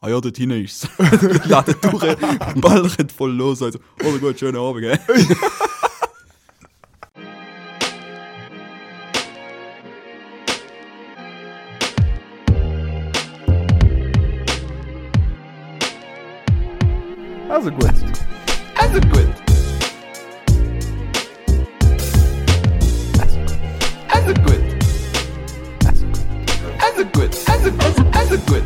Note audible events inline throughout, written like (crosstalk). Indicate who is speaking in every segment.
Speaker 1: ah ja, dort hinten (laughs) ist es. Laden durch, ballern voll los. Also, oh gut, schönen Abend, gell?
Speaker 2: Also gut.
Speaker 1: Also gut. Also gut. Also gut. Also gut. Also gut.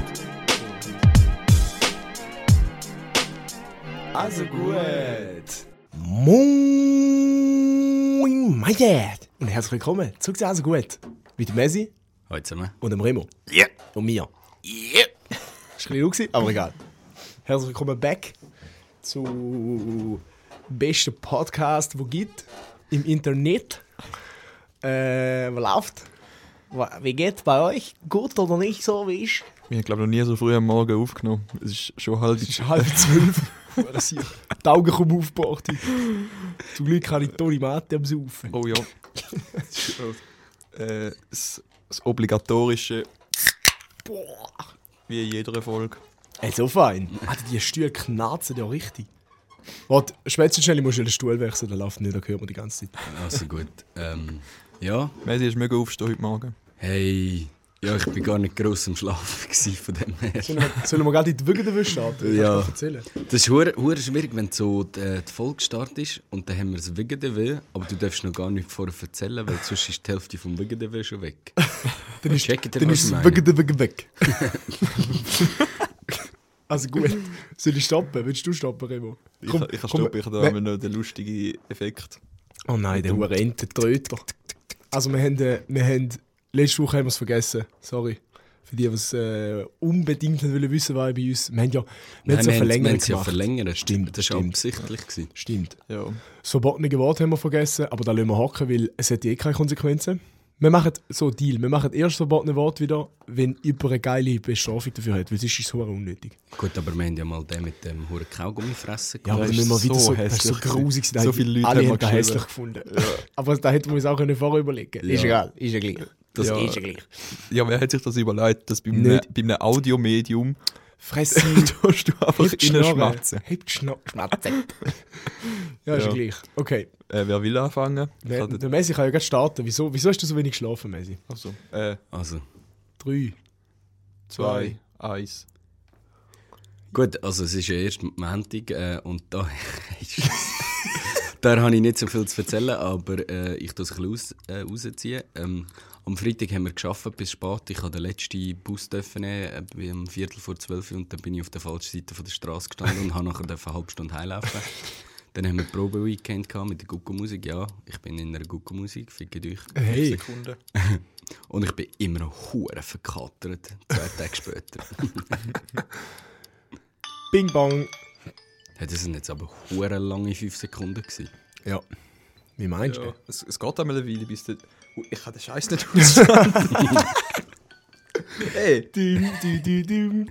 Speaker 1: Also gut.
Speaker 2: Moin, mein Dad. Und herzlich willkommen zurück zu «Also gut» mit dem Messi
Speaker 1: Heute zusammen.
Speaker 2: und dem Remo
Speaker 1: Ja.
Speaker 2: und mir.
Speaker 1: Ja.
Speaker 2: Ist ein bisschen laut gewesen, aber egal. Herzlich willkommen back zu besten Podcast, wo gibt im Internet. Äh, was läuft? Wa- Wie geht bei euch? Gut oder nicht so wie ich?
Speaker 3: Ich glaube noch nie so früh am Morgen aufgenommen. Es ist schon halb.
Speaker 2: Es ist halb (laughs) zwölf. Das hier. Die Augen kommen aufgebracht. Zum Glück habe ich Toni Mate am Saufen.
Speaker 3: Oh ja.
Speaker 1: (laughs)
Speaker 3: Es ist, äh, das, das obligatorische.
Speaker 1: Oh.
Speaker 3: Wie in jeder Folge.
Speaker 2: Ey, so fein. Alter, die Stühle knarzen ja richtig. Warte, spätestens schnell, ich muss den Stuhl wechseln, dann läuft nicht, dann hören wir die ganze Zeit.
Speaker 4: Also gut. Ähm, ja,
Speaker 3: Messi ist mega aufstehen heute Morgen.
Speaker 4: hey. Ja, ich bin gar nicht gross am Schlafen (laughs) gewesen, von dem her.
Speaker 2: Sollen wir, sollen wir gerade in die Würgen erwischen, Alter? Kannst du
Speaker 4: Ja.
Speaker 2: das erzählen?
Speaker 4: Das ist hure hure schwierig, wenn so die, äh, die Folge startet und dann haben wir das Wiggedeweh, aber du darfst noch gar nichts vorher erzählen, weil sonst ist die Hälfte vom Wiggedeweh schon weg.
Speaker 2: Dann ist,
Speaker 4: Checkt ihr,
Speaker 2: dann
Speaker 4: was
Speaker 2: ist
Speaker 4: ich
Speaker 2: es
Speaker 4: meine?
Speaker 2: Würgen der Würgen weg. (laughs) also gut, soll ich stoppen? Willst du stoppen, Remo?
Speaker 3: Ich, komm, ich kann stoppen, ich habe da
Speaker 2: we-
Speaker 3: immer noch den lustigen Effekt.
Speaker 2: Oh nein, der hure Ententröter. Also wir haben, äh, wir haben, letzte Woche haben wir es vergessen, sorry. Für die, die es äh, unbedingt haben wollen wissen, war bei uns. Wir haben ja, wir haben es ja
Speaker 4: wir haben- wir haben
Speaker 2: verlängert
Speaker 4: es ja
Speaker 2: gemacht.
Speaker 4: verlängert.
Speaker 2: Stimmt,
Speaker 4: das ist
Speaker 2: stimmt.
Speaker 4: absichtlich. Gewesen.
Speaker 2: Stimmt.
Speaker 3: Ja.
Speaker 2: Das verbotene Wort haben wir vergessen, aber da lassen wir hocken, weil es hat eh keine Konsequenzen. Wir machen so einen Deal. Wir machen erst das verbotene Wort wieder, wenn jemand eine geile Bestrafung dafür hat, weil sonst ist es hure unnötig.
Speaker 4: Gut, aber wir haben ja mal den mit dem hohen Kaugummi fressen
Speaker 2: Ja,
Speaker 4: gemacht.
Speaker 2: aber
Speaker 3: Das
Speaker 2: dann müssen
Speaker 3: ist
Speaker 2: wir
Speaker 3: so
Speaker 2: wieder so, das
Speaker 3: hässlich
Speaker 2: ist so
Speaker 3: gewesen.
Speaker 2: grusig. sein.
Speaker 3: So viele Leute
Speaker 2: Alle
Speaker 3: haben
Speaker 2: haben das
Speaker 3: geschrieben.
Speaker 2: hässlich gefunden. Aber da hätten wir uns auch können vorher überlegen Ist egal, ist ja gleich. Das
Speaker 3: Ja.
Speaker 2: ist ja gleich.
Speaker 3: ja, wer hat sich das überlegt, dass bei einem,
Speaker 2: Nicht.
Speaker 3: bei einem
Speaker 1: (laughs)
Speaker 3: Audiomedium
Speaker 2: Fresse,
Speaker 3: tust du (laughs) einfach
Speaker 2: hebt die Schnorre.
Speaker 3: reinschmatzen?
Speaker 2: Hebt die Schno- Schmatze. ja, ist ja
Speaker 3: Ja.
Speaker 2: gleich. Okay,
Speaker 3: Äh, wer will anfangen? Ich
Speaker 2: der,
Speaker 3: kann den-
Speaker 2: der Messi kann ja gerade starten. Wieso, wieso hast du so wenig geschlafen, Messi?
Speaker 3: Also, äh,
Speaker 4: Also,
Speaker 2: Drei.
Speaker 3: zwei, eins.
Speaker 4: Gut, also es ist ja erst Montag äh, und da, (laughs) da habe ich nicht so viel zu erzählen, aber äh, ich tue es ein bisschen aus, äh, rausziehen. Ähm, am Freitag haben wir geschafft bis spät. Ich habe den letzten Bus dürfen nehmen, äh, um Viertel vor zwölf und dann bin ich auf der falschen Seite von der Straße gestanden und habe nachher dürfen eine halbe Stunde heimlaufen. Dann haben wir Probe-Weekend gehabt mit der Gucko-Musik. Ja, ich bin in einer Gucko-Musik, fickt euch.
Speaker 2: Hey,
Speaker 3: Sekunden.
Speaker 4: Und ich bin immer noch hure verkatert, zwei Tage später.
Speaker 2: Bing Bang.
Speaker 4: Hey, Das sind jetzt aber hure lange fünf Sekunden. Gewesen.
Speaker 2: Ja. Wie meinst
Speaker 3: Ja.
Speaker 2: du?
Speaker 3: Es, es geht einmal eine Weile, bis der. Oh, Ich kann den Scheiß nicht ausstanden.
Speaker 2: (laughs)
Speaker 3: Ey,
Speaker 2: Dum, dum, dum, dum, dum.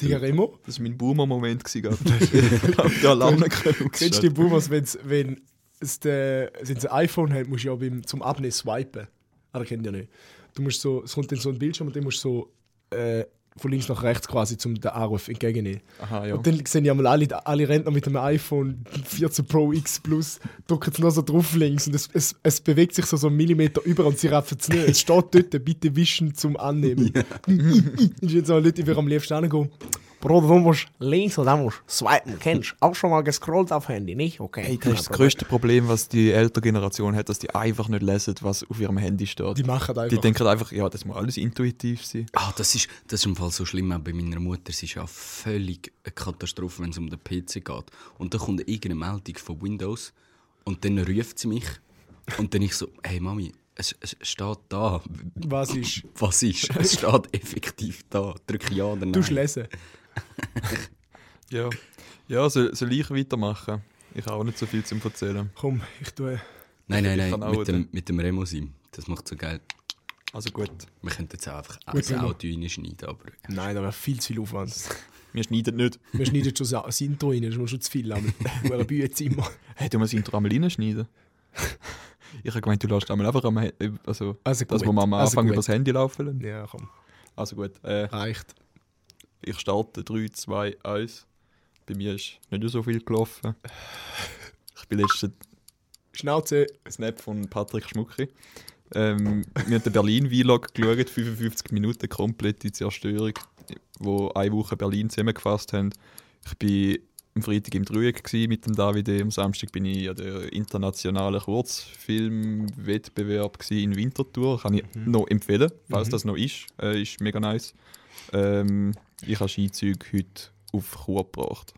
Speaker 2: Digga, Remo,
Speaker 3: das war mein Boomer-Moment. gewesen,
Speaker 2: (laughs)
Speaker 3: gell? Ich habe die Alarme
Speaker 2: kennst du die Boomers, wenn's, wenn es de, wenn's ein iPhone hat, musst du ja beim, zum Abnehmen swipen. Ah, das kennt ihr nicht. Du musst so, es kommt dann so ein Bildschirm und dann musst du so äh, von links nach rechts quasi zum den Anruf entgegennehmen.
Speaker 3: Aha, ja.
Speaker 2: Und dann sehen ja mal alle, alle Rentner mit dem iPhone 14 Pro X Plus, drücken es noch so drauf links und es, es, es bewegt sich so, so einen Millimeter über und sie raffen es nicht. Es steht dort, bitte wischen zum Annehmen. (laughs) Und jetzt so Leute, die wir am liebsten angehen.
Speaker 5: Bro, du musst links und dann musst du
Speaker 2: (laughs)
Speaker 5: swipen. Kennst du? Auch schon mal gescrollt auf Handy, nicht? Okay.
Speaker 3: Hey, das ist das größte Problem, was die ältere Generation hat, dass die einfach nicht lesen, was auf ihrem Handy steht.
Speaker 2: Die
Speaker 3: Die,
Speaker 2: machen einfach.
Speaker 3: denken einfach, ja, das muss alles intuitiv sein.
Speaker 4: Ah, das ist, das ist im Fall so schlimm, auch bei meiner Mutter. Es ist ja völlig eine Katastrophe, wenn es um den PC geht. Und dann kommt irgendeine Meldung von Windows und dann ruft sie mich. Und dann ich so, hey Mami, es, es steht da.
Speaker 2: was ist?
Speaker 4: Was ist?
Speaker 2: (laughs)
Speaker 4: Es steht effektiv da. Drück ja oder nein.
Speaker 2: Du lesen.
Speaker 3: Ja, ja soll, soll ich weitermachen? Ich habe auch nicht so viel zum erzählen.
Speaker 2: Komm, ich tue.
Speaker 4: Nein, nein,
Speaker 3: Ich kann
Speaker 4: nein,
Speaker 3: auch,
Speaker 4: mit dem, mit dem Remosim. Das macht so geil.
Speaker 3: Also gut,
Speaker 4: Wir könnten jetzt auch einfach
Speaker 2: Gut,
Speaker 4: ein
Speaker 2: Remo.
Speaker 4: Auto reinschneiden, aber...
Speaker 2: Nein, da wäre viel zu viel Aufwand.
Speaker 3: wir schneiden nicht.
Speaker 2: Wir schneiden schon das Intro rein, das ist mir schon zu viel. Aber ein Bühnenzimmer.
Speaker 3: Hey, du musst das Intro einmal
Speaker 2: (laughs)
Speaker 3: reinschneiden. ich habe gemeint, du lässt einmal einfach am He- also,
Speaker 2: Also
Speaker 3: dass
Speaker 2: gut,
Speaker 3: wir mal am
Speaker 2: also
Speaker 3: Anfang
Speaker 2: gut.
Speaker 3: über das Handy laufen lassen.
Speaker 2: Ja, komm,
Speaker 3: Also gut, äh,
Speaker 2: reicht.
Speaker 3: Ich starte 3, 2, 1. Bei mir ist nicht so viel gelaufen. Ich bin letzten
Speaker 2: Schnauze.
Speaker 3: Snap von Patrick Schmucki. Ähm, wir haben den Berlin-Vlog geschaut, 55 Minuten komplette Zerstörung, wo eine Woche Berlin zusammengefasst haben. Ich bin am Freitag im Dreieck gsi mit dem Davide, am Samstag bin ich an der internationalen Kurzfilmwettbewerb gsi in Winterthur. Kann ich noch empfehlen, falls das noch ist. Äh, ist mega nice. Ähm, ich habe Skizüge heute auf Chur gebracht.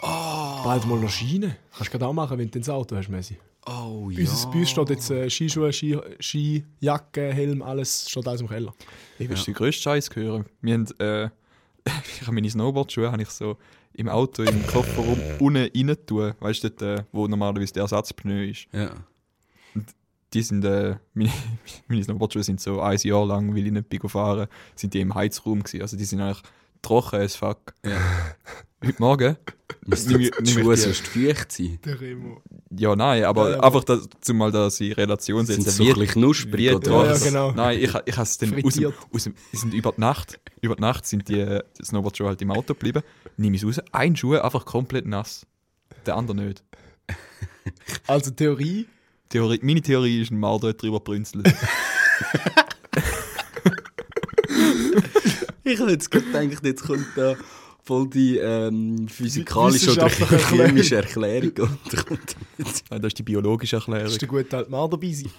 Speaker 2: Bald mal noch Schienen. Kannst du gerade auch machen, wenn du ins Auto hast, Messi.
Speaker 4: Oh
Speaker 2: Bei uns, bei uns steht jetzt äh, Skischuhe, Ski, Skijacke, Helm, alles steht alles im Keller.
Speaker 3: Ich willst du den grössten Scheiß hören? Wir haben, äh, (laughs) ich habe meine Snowboardschuhe habe ich so im Auto im Kofferraum unten rein tun. Weißt du, dort, äh, wo normalerweise der Ersatzpneu ist.
Speaker 4: Ja.
Speaker 3: Die sind, äh, (laughs) meine, meine Snowboardschuhe sind so ein Jahr lang, weil ich nicht bin gefahren, sind die im Heizraum gewesen. Also die sind eigentlich trocken as fuck.
Speaker 4: (laughs)
Speaker 3: Heute Morgen? nehme ich-
Speaker 4: Die
Speaker 3: nehme
Speaker 4: Schuhe
Speaker 3: ich die-
Speaker 4: sonst feucht sein.
Speaker 2: Der Remo.
Speaker 3: Ja, nein, aber
Speaker 2: Ja, ja.
Speaker 3: einfach, dass, zumal das in Relation
Speaker 4: Sind
Speaker 3: setzen.
Speaker 4: so ein
Speaker 3: wie-
Speaker 4: bisschen knusprig
Speaker 3: wie
Speaker 4: oder
Speaker 2: Ja, ja,
Speaker 4: was?
Speaker 2: genau.
Speaker 3: Nein, ich, ha- ich habe es dann aus dem,
Speaker 2: Frittiert.
Speaker 3: aus dem, die sind über die Nacht, über die Nacht sind die äh, Snowboardschuhe halt im Auto geblieben. Nehme ich raus, ein Schuh einfach komplett nass, der andere nicht.
Speaker 2: Also Theorie,
Speaker 3: Theorie, meine Theorie ist ein Marder hat drüber
Speaker 2: (laughs)
Speaker 3: brünzeln.
Speaker 4: Ich hätte jetzt gerade gedacht, jetzt kommt da voll die ähm, physikalische oder
Speaker 2: Wissenschaftliche
Speaker 4: (laughs) chemische Erklärung. Und da kommt jetzt.
Speaker 3: Nein, das ist die biologische Erklärung.
Speaker 2: ist der gute alte Mann dabei sein.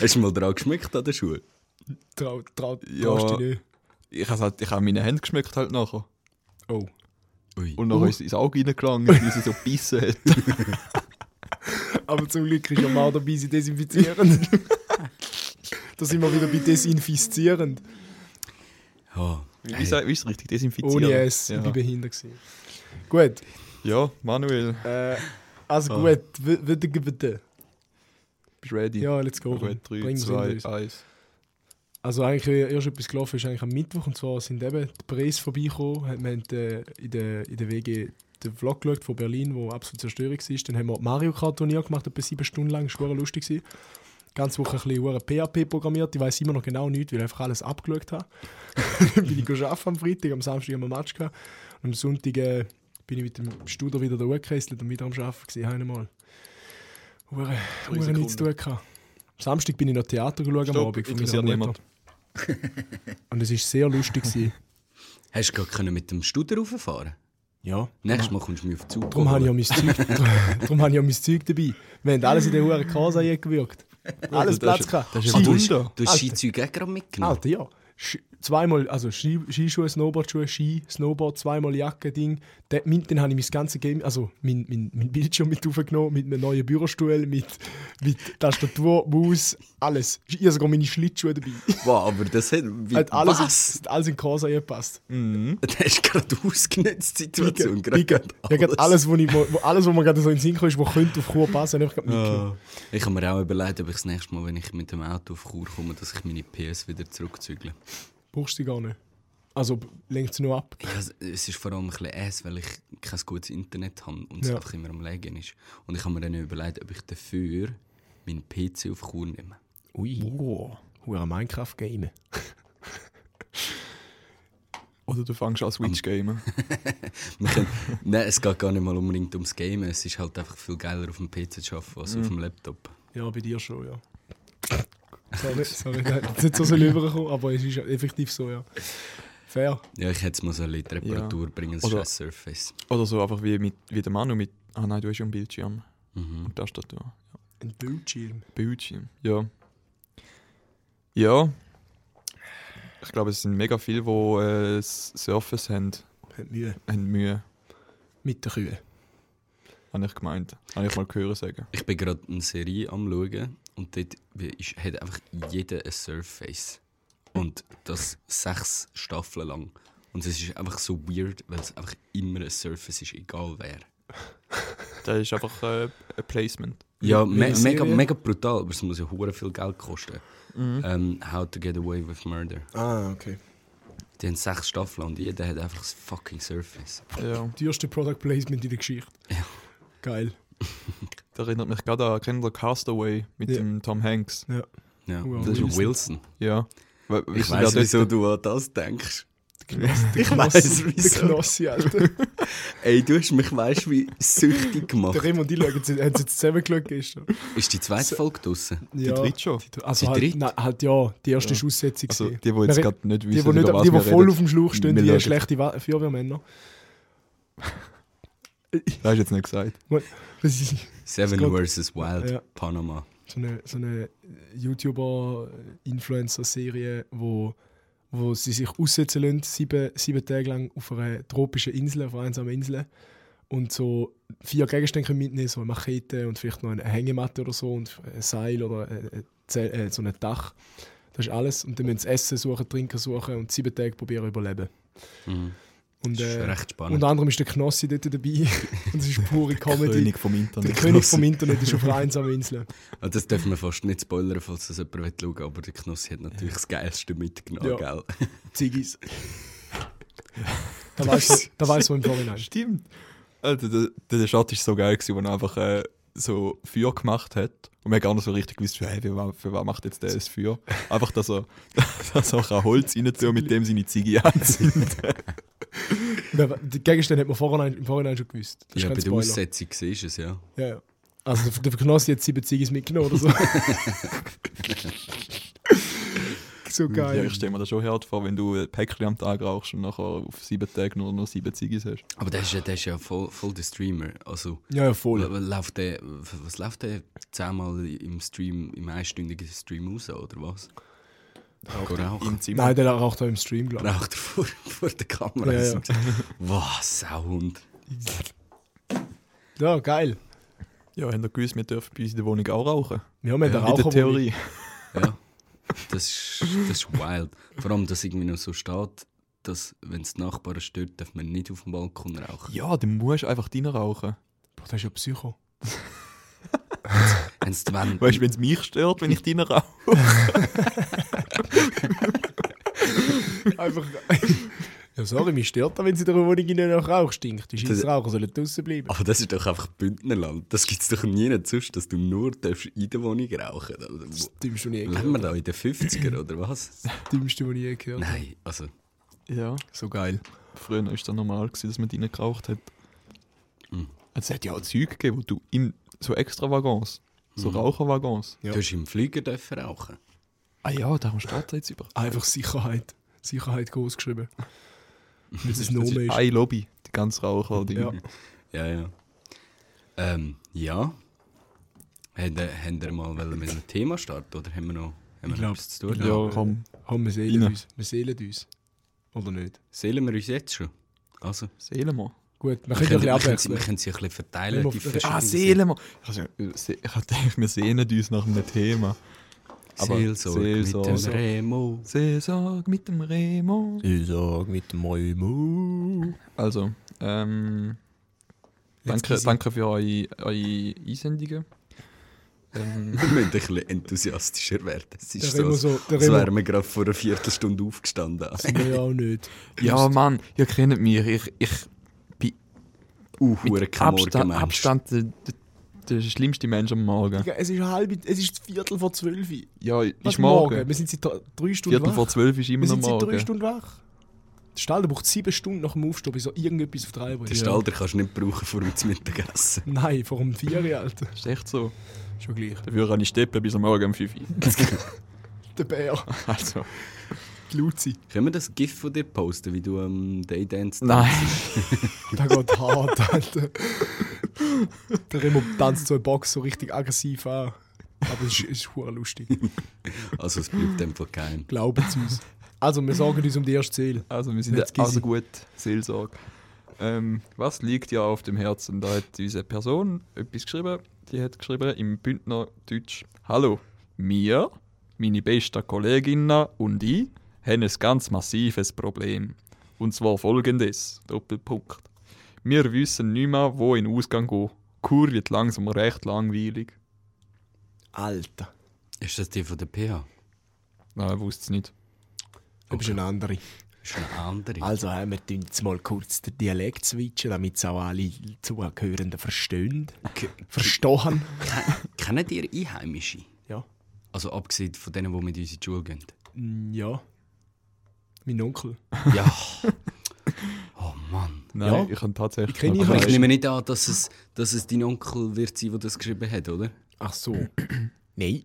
Speaker 4: Hast du mal dran geschmeckt an den Schuhen?
Speaker 2: (laughs) Trau, trau,
Speaker 3: Ja.
Speaker 2: traust dich nicht.
Speaker 3: Ich habe halt, ich habe meine Hände geschmeckt halt nachher.
Speaker 2: Oh.
Speaker 4: Ui.
Speaker 3: Und
Speaker 2: Uh.
Speaker 3: nachher ist es ins Auge reingelangt, weil sie so gebissen
Speaker 2: (laughs)
Speaker 3: hat.
Speaker 2: Aber zum Glück ist der Mann dabei sein (laughs) desinfizierend. da sind wir wieder bei desinfizierend.
Speaker 4: Ja.
Speaker 3: Wie sagt- wie ist es richtig? Desinfizieren.
Speaker 2: Ohne es, ich
Speaker 3: Ja,
Speaker 2: bin behindert gewesen. Gut,
Speaker 3: ja Manuel,
Speaker 2: äh, also gut, w- wieder bitte.
Speaker 3: bist du ready?
Speaker 2: Ja, let's go.
Speaker 3: Gut,
Speaker 2: Bring
Speaker 3: 3,
Speaker 2: es hinter
Speaker 3: 2,
Speaker 2: uns.
Speaker 3: 1.
Speaker 2: Also eigentlich äh, erst etwas gelaufen ist eigentlich am Mittwoch und zwar sind eben die Presse vorbeigekommen, hat- wir haben äh, in der, in der WG den Vlog geschaut von Berlin, wo absolut Zerstörung war. Dann haben wir Mario Kart Turnier gemacht, etwa sieben Stunden lang, das war verdammt lustig. Gewesen. Ganze Woche ein bisschen verdammt PHP programmiert, ich weiß immer noch genau nichts, weil ich einfach alles abgeschaut habe. (laughs) dann bin ich gearbeitet am Freitag, am Samstag haben wir Match gehabt und am Sonntag äh, bin ich mit dem Studer wieder da hochgekesselt und wieder am Arbeiten gewesen, einmal. Hure, hure nichts zu tun gehabt. Am Samstag bin ich noch Theater geschaut am
Speaker 3: Stopp,
Speaker 2: Abend von meiner
Speaker 3: interessiert
Speaker 2: Mutter. (laughs) Und es war sehr lustig. gewesen.
Speaker 4: Hast du gerade können mit dem Studer rauffahren?
Speaker 2: ja.
Speaker 4: Nächstes Mal kommst du mir auf den Zug.
Speaker 2: Darum habe ich ja
Speaker 4: holen.
Speaker 2: mein
Speaker 3: (laughs)
Speaker 2: Zeug, darum habe ich ja mein Zeug dabei. Wir haben alles in der hohen Kase eingewirkt.
Speaker 3: das
Speaker 2: Alles Platz
Speaker 3: ist-
Speaker 2: gehabt.
Speaker 3: das ist
Speaker 2: Ski-
Speaker 3: ein
Speaker 4: Du hast,
Speaker 3: Wunder.
Speaker 4: du hast
Speaker 2: Alter.
Speaker 4: Skizeug auch gerade mitgenommen.
Speaker 2: Alter, ja. Sch zweimal, also Ski Skischuhe, Snowboardschuhe, Ski, Snowboard, zweimal Jacke, Ding. Den, mein, dann habe ich mein ganzes Game, also mein, mein, mein Bildschirm mit aufgenommen, mit einem neuen Bürostuhl, mit, mit Tastatur, Maus, alles. Ich habe sogar meine Schlittschuhe dabei.
Speaker 4: Wow, aber das hat... Wie,
Speaker 2: Hat alles, Hm?
Speaker 4: was?
Speaker 2: hat alles in eh die Kase eingepasst.
Speaker 4: (laughs) Das ist gerade ausgenutzt, die Situation.
Speaker 2: Picke,
Speaker 4: Gerade
Speaker 2: Picke. Ja, gerade alles, wo ich, wo, alles, wo mir gerade so in den Sinn kam, ist, was könnte auf Chur passen, habe ich gerade mitgenommen.
Speaker 4: Ah. Ich habe mir auch überlegt, ob ich das nächste Mal, wenn ich mit dem Auto auf Chur komme, dass ich meine PS wieder zurückzügle.
Speaker 2: Brauchst du die gar nicht. Also b- lenkt sie nur ab.
Speaker 4: Ja, es- es ist vor allem ein bisschen ass, weil ich kein gutes Internet habe und es
Speaker 2: Ja.
Speaker 4: einfach immer am Legen ist. Und ich habe mir dann überlegt, ob ich dafür meinen PC auf Chur nehme. (laughs)
Speaker 2: Ui. Wow. Hure Minecraft-Game.
Speaker 3: Oder du fängst an Switch-Gamen.
Speaker 4: Wir können- Nein, es geht gar nicht mal unbedingt ums Game. Es ist halt einfach viel geiler auf dem PC zu arbeiten als auf dem Laptop.
Speaker 2: Ja, bei dir schon, ja. Sorry, sorry, nein, das ist nicht so soll rüberkommen, aber es ist ja effektiv so, ja. Fair.
Speaker 4: Ja, ich hätte es mal so in die Reparatur bringen, das
Speaker 3: Oder-
Speaker 4: scheiß Surface.
Speaker 3: Oder so einfach wie, mit, wie der Manu mit. Ah nein, du hast ja einen Bildschirm.
Speaker 4: Mhm.
Speaker 3: Und Tastatur.
Speaker 2: Ein Bildschirm.
Speaker 3: Bildschirm. Ja. Ja. Ich glaube, es sind mega viele, die äh, S- Surface haben,
Speaker 2: Hat Mühe.
Speaker 3: haben Mühe,
Speaker 2: Mit den Kühen.
Speaker 3: habe ich gemeint. Habe ich mal gehört sagen.
Speaker 4: Ich bin gerade eine Serie am Schauen und dort ist, hat einfach jeder ein Surface. Und das sechs Staffeln lang. Und es ist einfach so weird, weil es einfach immer ein Surface ist, egal wer.
Speaker 3: Das ist einfach äh, ein Placement.
Speaker 4: Ja, me
Speaker 2: Serie?
Speaker 4: mega, mega brutal, aber es muss ja hure viel Geld kosten. Ähm, How to Get Away with Murder.
Speaker 2: Ah, okay.
Speaker 4: Die haben sechs Staffeln und jeder hat einfach das fucking Surface.
Speaker 3: Ja.
Speaker 2: Teuerste Product Placement in der Geschichte.
Speaker 4: Ja.
Speaker 2: Geil.
Speaker 3: Das erinnert mich gerade an Kinder Castaway mit
Speaker 2: Ja.
Speaker 3: dem Tom Hanks.
Speaker 2: Ja.
Speaker 4: Ja.
Speaker 2: Wow,
Speaker 4: das ist
Speaker 2: Wilson.
Speaker 4: Wilson.
Speaker 3: Ja. We-
Speaker 4: Ich
Speaker 3: wissen wir
Speaker 4: weiß
Speaker 3: dort-
Speaker 4: (laughs) wieso du an das denkst.
Speaker 2: Ich
Speaker 4: weiss,
Speaker 2: Der
Speaker 4: wieso.
Speaker 2: Knossi, Alter.
Speaker 4: Ey, du hast mich, weißt du, wie süchtig
Speaker 2: Der
Speaker 4: gemacht.
Speaker 2: Rim und ich schauen- sie- haben sie jetzt zusammengeschaut gestern.
Speaker 4: Ist die zweite Folge draussen?
Speaker 3: Die dritte schon.
Speaker 2: Also
Speaker 4: Die
Speaker 2: halt,
Speaker 4: dritte?
Speaker 2: nein, halt ja, die erste ist Aussetzung.
Speaker 3: Also, die,
Speaker 2: gewesen.
Speaker 3: die jetzt
Speaker 2: Wir-
Speaker 3: gerade nicht
Speaker 2: die, die,
Speaker 3: wissen,
Speaker 2: nicht,
Speaker 3: über was
Speaker 2: die, die
Speaker 3: wir
Speaker 2: voll
Speaker 3: reden.
Speaker 2: auf dem Schlauch stehen,
Speaker 3: Wir
Speaker 2: die
Speaker 3: schauen.
Speaker 2: schlechte Wa- Feuerwehrmänner.
Speaker 3: Das hast du jetzt nicht gesagt.
Speaker 2: (laughs) Das ist
Speaker 4: Seven
Speaker 2: Gott.
Speaker 4: vs. Wild,
Speaker 2: Ja.
Speaker 4: Panama.
Speaker 2: so eine, so eine YouTuber-Influencer-Serie, wo, wo sie sich aussetzen lassen, sieben, sieben Tage lang auf einer tropischen Insel, auf einer einsamen Insel. Und so vier Gegenstände können mitnehmen, so eine Machete und vielleicht noch eine Hängematte oder so und ein Seil oder äh, äh, Zell- äh, so ein Dach. Das ist alles. Und dann müssen sie Essen suchen, Trinken suchen und sieben Tage probieren überleben.
Speaker 4: Mhm.
Speaker 2: Und,
Speaker 4: Das ist
Speaker 2: äh,
Speaker 4: recht spannend.
Speaker 2: unter anderem ist der Knossi dort dabei. und es ist pure Comedy.
Speaker 3: König vom
Speaker 2: Der
Speaker 3: Internet.
Speaker 2: König vom Internet ist auf einer einsamen Insel.
Speaker 4: Ah, das dürfen wir fast nicht spoilern, falls das jemand will schauen aber der Knossi hat natürlich das Geilste mitgenommen,
Speaker 2: Ja.
Speaker 4: gell?
Speaker 2: Ziggis. da weiß da weiß man
Speaker 3: (laughs)
Speaker 2: im Vorhinein.
Speaker 3: Stimmt. Alter, der, der Shot war so geil, gewesen, wo er einfach äh, so Feuer gemacht hat. Und man hat gar nicht so richtig gewusst, hey, für, wa- für was macht jetzt der das Feuer? Einfach, dass er, (laughs) dass er kann Holz reinziehen mit dem seine Ziege (laughs) anzieht.
Speaker 2: Wer- Die Gegenstände hat man vorhinein, im Vorhinein schon gewusst. Das ist
Speaker 4: Ja,
Speaker 2: kein
Speaker 4: bei der
Speaker 2: Spoiler.
Speaker 4: Aussetzung siehst du es, ja.
Speaker 2: Ja, ja. Also der, der Knossi hat sieben Ziggis mitgenommen oder so. so
Speaker 3: Ja,
Speaker 2: geil.
Speaker 3: ich stelle mir das schon hart vor, wenn du ein Päckchen am Tag rauchst und nachher auf sieben Tage nur noch sieben Ziggis hast.
Speaker 4: Aber der ist ja, der ist ja voll, voll der Streamer. Also,
Speaker 2: Ja, ja, voll.
Speaker 4: w- w- läuft der, w- was läuft der zehnmal im Stream, im einstündigen Stream raus, oder was? Rauchen.
Speaker 3: Im Zimmer.
Speaker 2: Nein, der raucht auch im Stream, glaube
Speaker 4: Raucht er vor, (laughs) vor der Kamera.
Speaker 2: Ja, ja.
Speaker 4: Was, Sauhund.
Speaker 2: ich. Ja, geil.
Speaker 3: Ja, habt ihr gewusst, wir dürfen bei uns in der Wohnung auch rauchen?
Speaker 2: Ja, wir haben
Speaker 3: in der
Speaker 2: Raucher-
Speaker 3: Theorie.
Speaker 4: Ja, das ist, das ist wild. Vor allem, dass irgendwie noch so steht, dass, wenn es die Nachbarn stört, darf man nicht auf dem Balkon rauchen.
Speaker 3: Ja, dann musst du einfach reinrauchen.
Speaker 2: Boah, das ist ja Psycho.
Speaker 4: Wenn es die Wände-
Speaker 3: Weißt du, wenn es mich stört, wenn ich reinrauche?
Speaker 2: Einfach. ja, sorry, mich stört da, wenn sie in der Wohnung innen nach Rauch stinkt. Die scheiß Raucher sollen draußen bleiben.
Speaker 4: Aber das ist doch einfach Bündnerland. Das gibt es doch nie sonst, dass du nur darfst in der Wohnung rauchen Also, darfst.
Speaker 2: Das dümmste, was ich je gehört
Speaker 4: Leben wir da in den 50er oder was?
Speaker 2: habe. Das dümmste, was ich je gehört habe.
Speaker 4: (laughs) Nein, also
Speaker 3: Ja.
Speaker 2: So geil.
Speaker 3: Früher war es dann normal, gewesen, dass man drin geraucht hat. Also, Es hat ja auch Zeug gegeben, wo du im, so extra Waggons, so Raucherwaggons.
Speaker 2: Ja.
Speaker 4: du hast im Flieger dürfen rauchen.
Speaker 3: Ah ja, darum steht da jetzt über.
Speaker 2: Einfach Sicherheit. Sicherheit groß geschrieben. Weil es ein
Speaker 3: Das
Speaker 2: Nomen
Speaker 3: ist
Speaker 2: ist.
Speaker 3: ein Lobby, die ganze Raucher. Die,
Speaker 2: Ja.
Speaker 4: Ja, ja. Ähm, ja. Haben wir, haben wir mal wollen mit einem Thema starten oder haben wir noch, haben wir
Speaker 2: Ich
Speaker 4: noch
Speaker 2: glaub-
Speaker 4: etwas zu tun?
Speaker 2: ich glaub-
Speaker 3: Ja, komm,
Speaker 2: Haben wir seelen
Speaker 3: Rein.
Speaker 2: uns. Wir seelen uns. Oder nicht?
Speaker 4: Sehen wir uns jetzt schon? Also,
Speaker 3: Seelenmann.
Speaker 2: Gut, wir
Speaker 4: wir
Speaker 2: können
Speaker 4: können,
Speaker 2: ja
Speaker 4: wir
Speaker 2: ein
Speaker 4: können, sie-
Speaker 2: bisschen
Speaker 4: wir
Speaker 2: abwechseln.
Speaker 4: können sie ein bisschen
Speaker 2: Immer
Speaker 4: verteilen. Die
Speaker 2: auf-
Speaker 4: verschiedenen
Speaker 3: Ah, Seelenmann! Also, se- Ich hab gedacht, wir sehnen uns nach einem Thema. Aber
Speaker 4: Seelsorge,
Speaker 3: Seelsorge.
Speaker 4: mit dem Remo.
Speaker 3: Saison mit dem Remo.
Speaker 5: Ich sag mit dem Remo.
Speaker 3: Also, ähm, danke,
Speaker 2: easy.
Speaker 3: danke für eure, eure Einsendungen. Ähm,
Speaker 4: Wir müssen ein bisschen enthusiastischer werden. Es
Speaker 2: Der
Speaker 4: ist
Speaker 2: Remo
Speaker 4: so,
Speaker 2: so- der
Speaker 4: als
Speaker 2: Remo-
Speaker 4: wären wir gerade vor einer Viertelstunde aufgestanden.
Speaker 2: Sind wir ja auch nicht.
Speaker 3: ja, Mann, ihr kennt mich. Ich, ich bin
Speaker 4: Uh, hure
Speaker 3: mit
Speaker 4: kein
Speaker 3: Abstand,
Speaker 4: Morgenmensch.
Speaker 3: Abstand der, der, der schlimmste Mensch am Morgen.
Speaker 2: Es ist halb, es ist Viertel vor zwölf.
Speaker 3: Ja, ist morgen.
Speaker 2: Wir sind seit dr- drei Stunden
Speaker 3: Viertel vor
Speaker 2: wach.
Speaker 3: zwölf ist immer
Speaker 2: Wir
Speaker 3: noch
Speaker 2: sind seit drei
Speaker 3: morgen.
Speaker 2: Stunden wach. Der Stall der braucht sieben Stunden nach dem Aufstehen, bis er irgendetwas auf drei
Speaker 4: Den Stall den kannst du nicht brauchen vor dem Mittagessen.
Speaker 2: Nein, vor dem Vieri, Alter.
Speaker 3: Ist echt so.
Speaker 2: Schon gleich.
Speaker 3: Dafür kann ich steppen bis am Morgen um 5 Uhr. (laughs)
Speaker 2: Der Bär.
Speaker 3: Also.
Speaker 2: Die Luzi.
Speaker 4: Können wir das GIF von dir posten, wie du am Daydance
Speaker 3: Nein.
Speaker 2: Der geht hart, Alter. Der Remo tanzt so eine Box so richtig aggressiv an. Aber es ist, es ist verdammt lustig.
Speaker 4: Also es bleibt dem Fall geheim.
Speaker 2: Glauben Sie uns. Also, wir sorgen uns um die erste Seele.
Speaker 3: Also, wir sind
Speaker 2: Jetzt
Speaker 3: also
Speaker 2: easy.
Speaker 3: gut. Seelsorge. Ähm, was liegt dir auf dem Herzen? Da hat diese Person etwas geschrieben. Die hat geschrieben im Bündnerdeutsch: Hallo, mir, meine beste Kolleginnen und ich haben ein ganz massives Problem. Und zwar folgendes: Doppelpunkt. Wir wissen nicht mehr, wo in den Ausgang gehen. Kur wird langsam recht langweilig.
Speaker 2: Alter.
Speaker 4: Ist das die von der PH?
Speaker 3: Nein, ich wusste es nicht.
Speaker 2: Du bist eine andere.
Speaker 4: Ist eine
Speaker 3: Ah.
Speaker 4: andere?
Speaker 2: Also, hey, wir tun jetzt mal kurz den Dialekt switchen, damit es auch alle Zuhörenden verstehen. Verstehen?
Speaker 4: Kennen ihr Einheimische?
Speaker 2: Ja.
Speaker 4: Also abgesehen von denen, die mit uns in die Schule gehen.
Speaker 2: Mm, Ja. Mein Onkel.
Speaker 4: Ja. Oh Mann.
Speaker 3: Nein,
Speaker 2: Ja.
Speaker 3: ich kann tatsächlich.
Speaker 2: Ich kenne ihn
Speaker 4: Aber
Speaker 2: Weißt
Speaker 4: ich
Speaker 2: du-
Speaker 4: nehme nicht an, dass es, dass es dein Onkel wird sein, der das geschrieben hat, oder? (laughs)
Speaker 2: Ach so. Nein.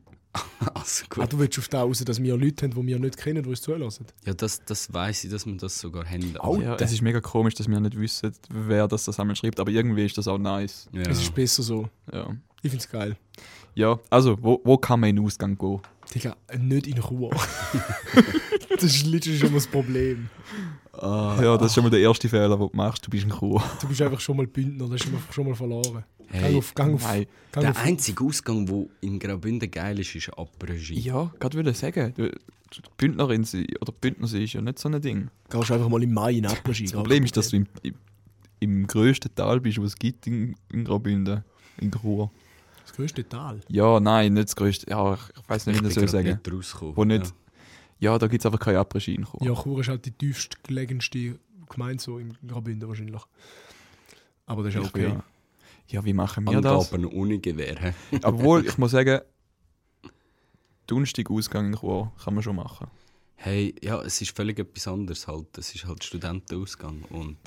Speaker 4: Also
Speaker 2: Ah,
Speaker 4: gut.
Speaker 2: du willst auf das raus, dass wir Leute haben, die wir nicht kennen, die uns zulassen.
Speaker 4: Ja, das, das weiß ich, dass man das sogar handelt.
Speaker 2: Au.
Speaker 3: Ja, es Oh, ist mega komisch, dass wir nicht wissen, wer das das einmal schreibt, aber irgendwie ist das auch nice.
Speaker 4: Ja.
Speaker 2: Es ist besser so.
Speaker 3: Ja,
Speaker 2: Ich find's geil.
Speaker 3: ja also, wo, wo kann man in den Ausgang gehen?
Speaker 2: Digga, nicht in Ruhe. das ist literally schon mal das Problem.
Speaker 3: ja, das ist schon mal der erste Fehler, den du machst. Du bist ein Kuh.
Speaker 2: Du bist einfach schon mal Bündner, das ist einfach schon mal verloren.
Speaker 4: Hey,
Speaker 2: Gang auf, Gang auf.
Speaker 3: nein.
Speaker 2: Gang
Speaker 4: der
Speaker 2: auf.
Speaker 4: einzige Ausgang, der in Graubünden geil ist, ist Abregie.
Speaker 3: Ja, gerade würde ich sagen, du- die Bündnerin sein oder Bündner sein ist ja nicht so ein Ding.
Speaker 2: Gehst einfach mal im Mai in Apogee.
Speaker 3: Das Problem ist, dass du im, im, im grössten Tal bist, was es gibt in, in Graubünden. In Chur.
Speaker 2: Das größte Tal.
Speaker 3: Ja, nein, nicht das grösste. Ja, ich- ich weiß nicht, wie ich das soll sagen
Speaker 4: nicht rausgekommen.
Speaker 3: Wo nicht. Ja, da gibt es einfach keine Après-Ski in Chur.
Speaker 2: Ja, Chur ist halt die tiefst gelegenste Gemeinde so in Graubünden wahrscheinlich. Aber das ist ja okay.
Speaker 3: Ja. ja, wie machen wir das?
Speaker 4: Angaben ohne Gewehr. hä?
Speaker 3: Obwohl, ich muss sagen, Donnerstag Ausgang in Chur kann man schon machen. (laughs)
Speaker 4: Hey, ja, es ist völlig etwas anderes halt. Es ist halt Studentenausgang. Und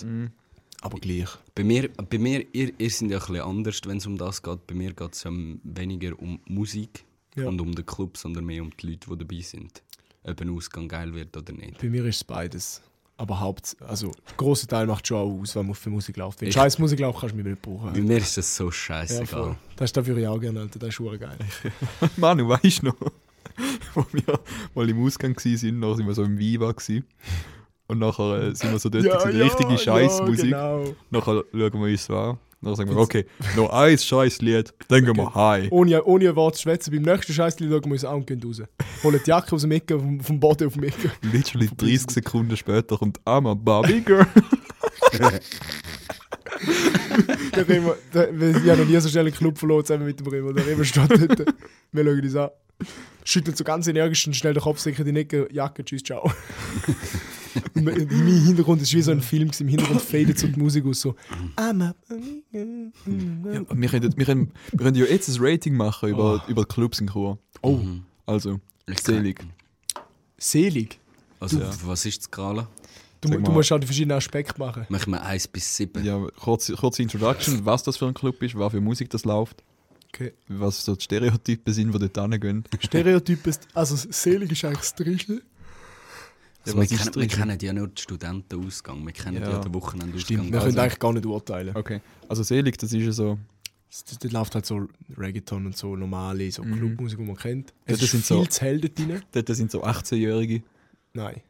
Speaker 2: Aber gleich.
Speaker 4: bei mir, bei mir ihr, ihr sind ja ein bisschen anders, wenn es um das geht. Bei mir geht es ja weniger um Musik
Speaker 2: Ja.
Speaker 4: und um den Club, sondern mehr um die Leute, die dabei sind. Ob ein Ausgang geil wird oder nicht.
Speaker 2: Bei mir ist es beides. Aber Haupt, also grosser Teil macht schon auch aus, wenn man für Musik läuft. Wenn
Speaker 4: Ich-
Speaker 2: scheiß Musik läuft, kannst du mich nicht
Speaker 4: Bei
Speaker 2: brauchen.
Speaker 4: mir ist das so
Speaker 2: Ja,
Speaker 4: scheißegal.
Speaker 2: voll. Das ist dafür ja auch gerne, Alter. Das ist schon geil.
Speaker 3: Manu, weißt du noch, (laughs) wo wir mal im Ausgang waren, noch sind wir so im Viva. Gewesen. Und nachher äh, sind wir so dort, ja, gewesen, richtige Scheißmusik.
Speaker 2: Genau.
Speaker 3: Nachher schauen wir uns so an. Nachher sagen wir, okay, noch ein Scheißlied, dann gehen wir heim.
Speaker 2: Ohne, ohne ein Wort zu schwätzen. Beim nächsten Scheißlied schauen wir uns an und gehen raus. Holen die Jacke aus dem Ecken, vom, vom Boden auf dem
Speaker 3: (laughs)
Speaker 2: Ecken.
Speaker 3: Literally 30 Sekunden später kommt I'm a (laughs) Barbie Girl.
Speaker 2: Der Remo, der, wir- ich habe noch nie so schnell einen Club verloren zusammen mit dem Remo. Der Remo steht dort. Wir schauen uns an. Schüttelt so ganz energisch und schnell den Kopf, sicher die Ecke, Jacke, tschüss,
Speaker 3: (laughs)
Speaker 2: ciao. Und mein mein Hintergrund ist wie so ein Film, gewesen. im Hintergrund fadet so die Musik aus. So. I'm a-
Speaker 3: Ja, wir, können, wir, können, wir können ja jetzt ein Rating machen über, über Clubs in Chur. Oh. Also, selig.
Speaker 2: Selig.
Speaker 4: Also, was ist die Skala?
Speaker 2: Du,
Speaker 3: Sag
Speaker 2: du
Speaker 3: mal.
Speaker 2: musst auch die verschiedenen Aspekte machen.
Speaker 4: Machen wir 1 bis 7.
Speaker 3: Ja, kurze, kurze (laughs) Introduction, was das für ein Club ist, was für Musik das läuft,
Speaker 2: Okay.
Speaker 3: was so die Stereotypen sind, die dort hingehen.
Speaker 2: Stereotypen, also selig ist eigentlich das Drittel.
Speaker 4: Also
Speaker 3: Ja, was
Speaker 4: wir, kennen,
Speaker 3: ist
Speaker 4: wir
Speaker 3: drin?
Speaker 4: kennen ja nur den Studentenausgang, wir kennen ja,
Speaker 3: Ja.
Speaker 4: den Wochenendausgang.
Speaker 2: Wir
Speaker 4: Also,
Speaker 2: können eigentlich gar nicht urteilen.
Speaker 3: (laughs) Okay. Also selig, das ist ja so.
Speaker 2: Das, das läuft halt so Reggaeton und so normale so Clubmusik, die man kennt.
Speaker 3: Ja,
Speaker 2: Es
Speaker 3: das
Speaker 2: ist
Speaker 3: sind
Speaker 2: viel
Speaker 3: so-
Speaker 2: zu hell dort drin.
Speaker 3: Dort sind so 18-Jährige.
Speaker 2: Nein,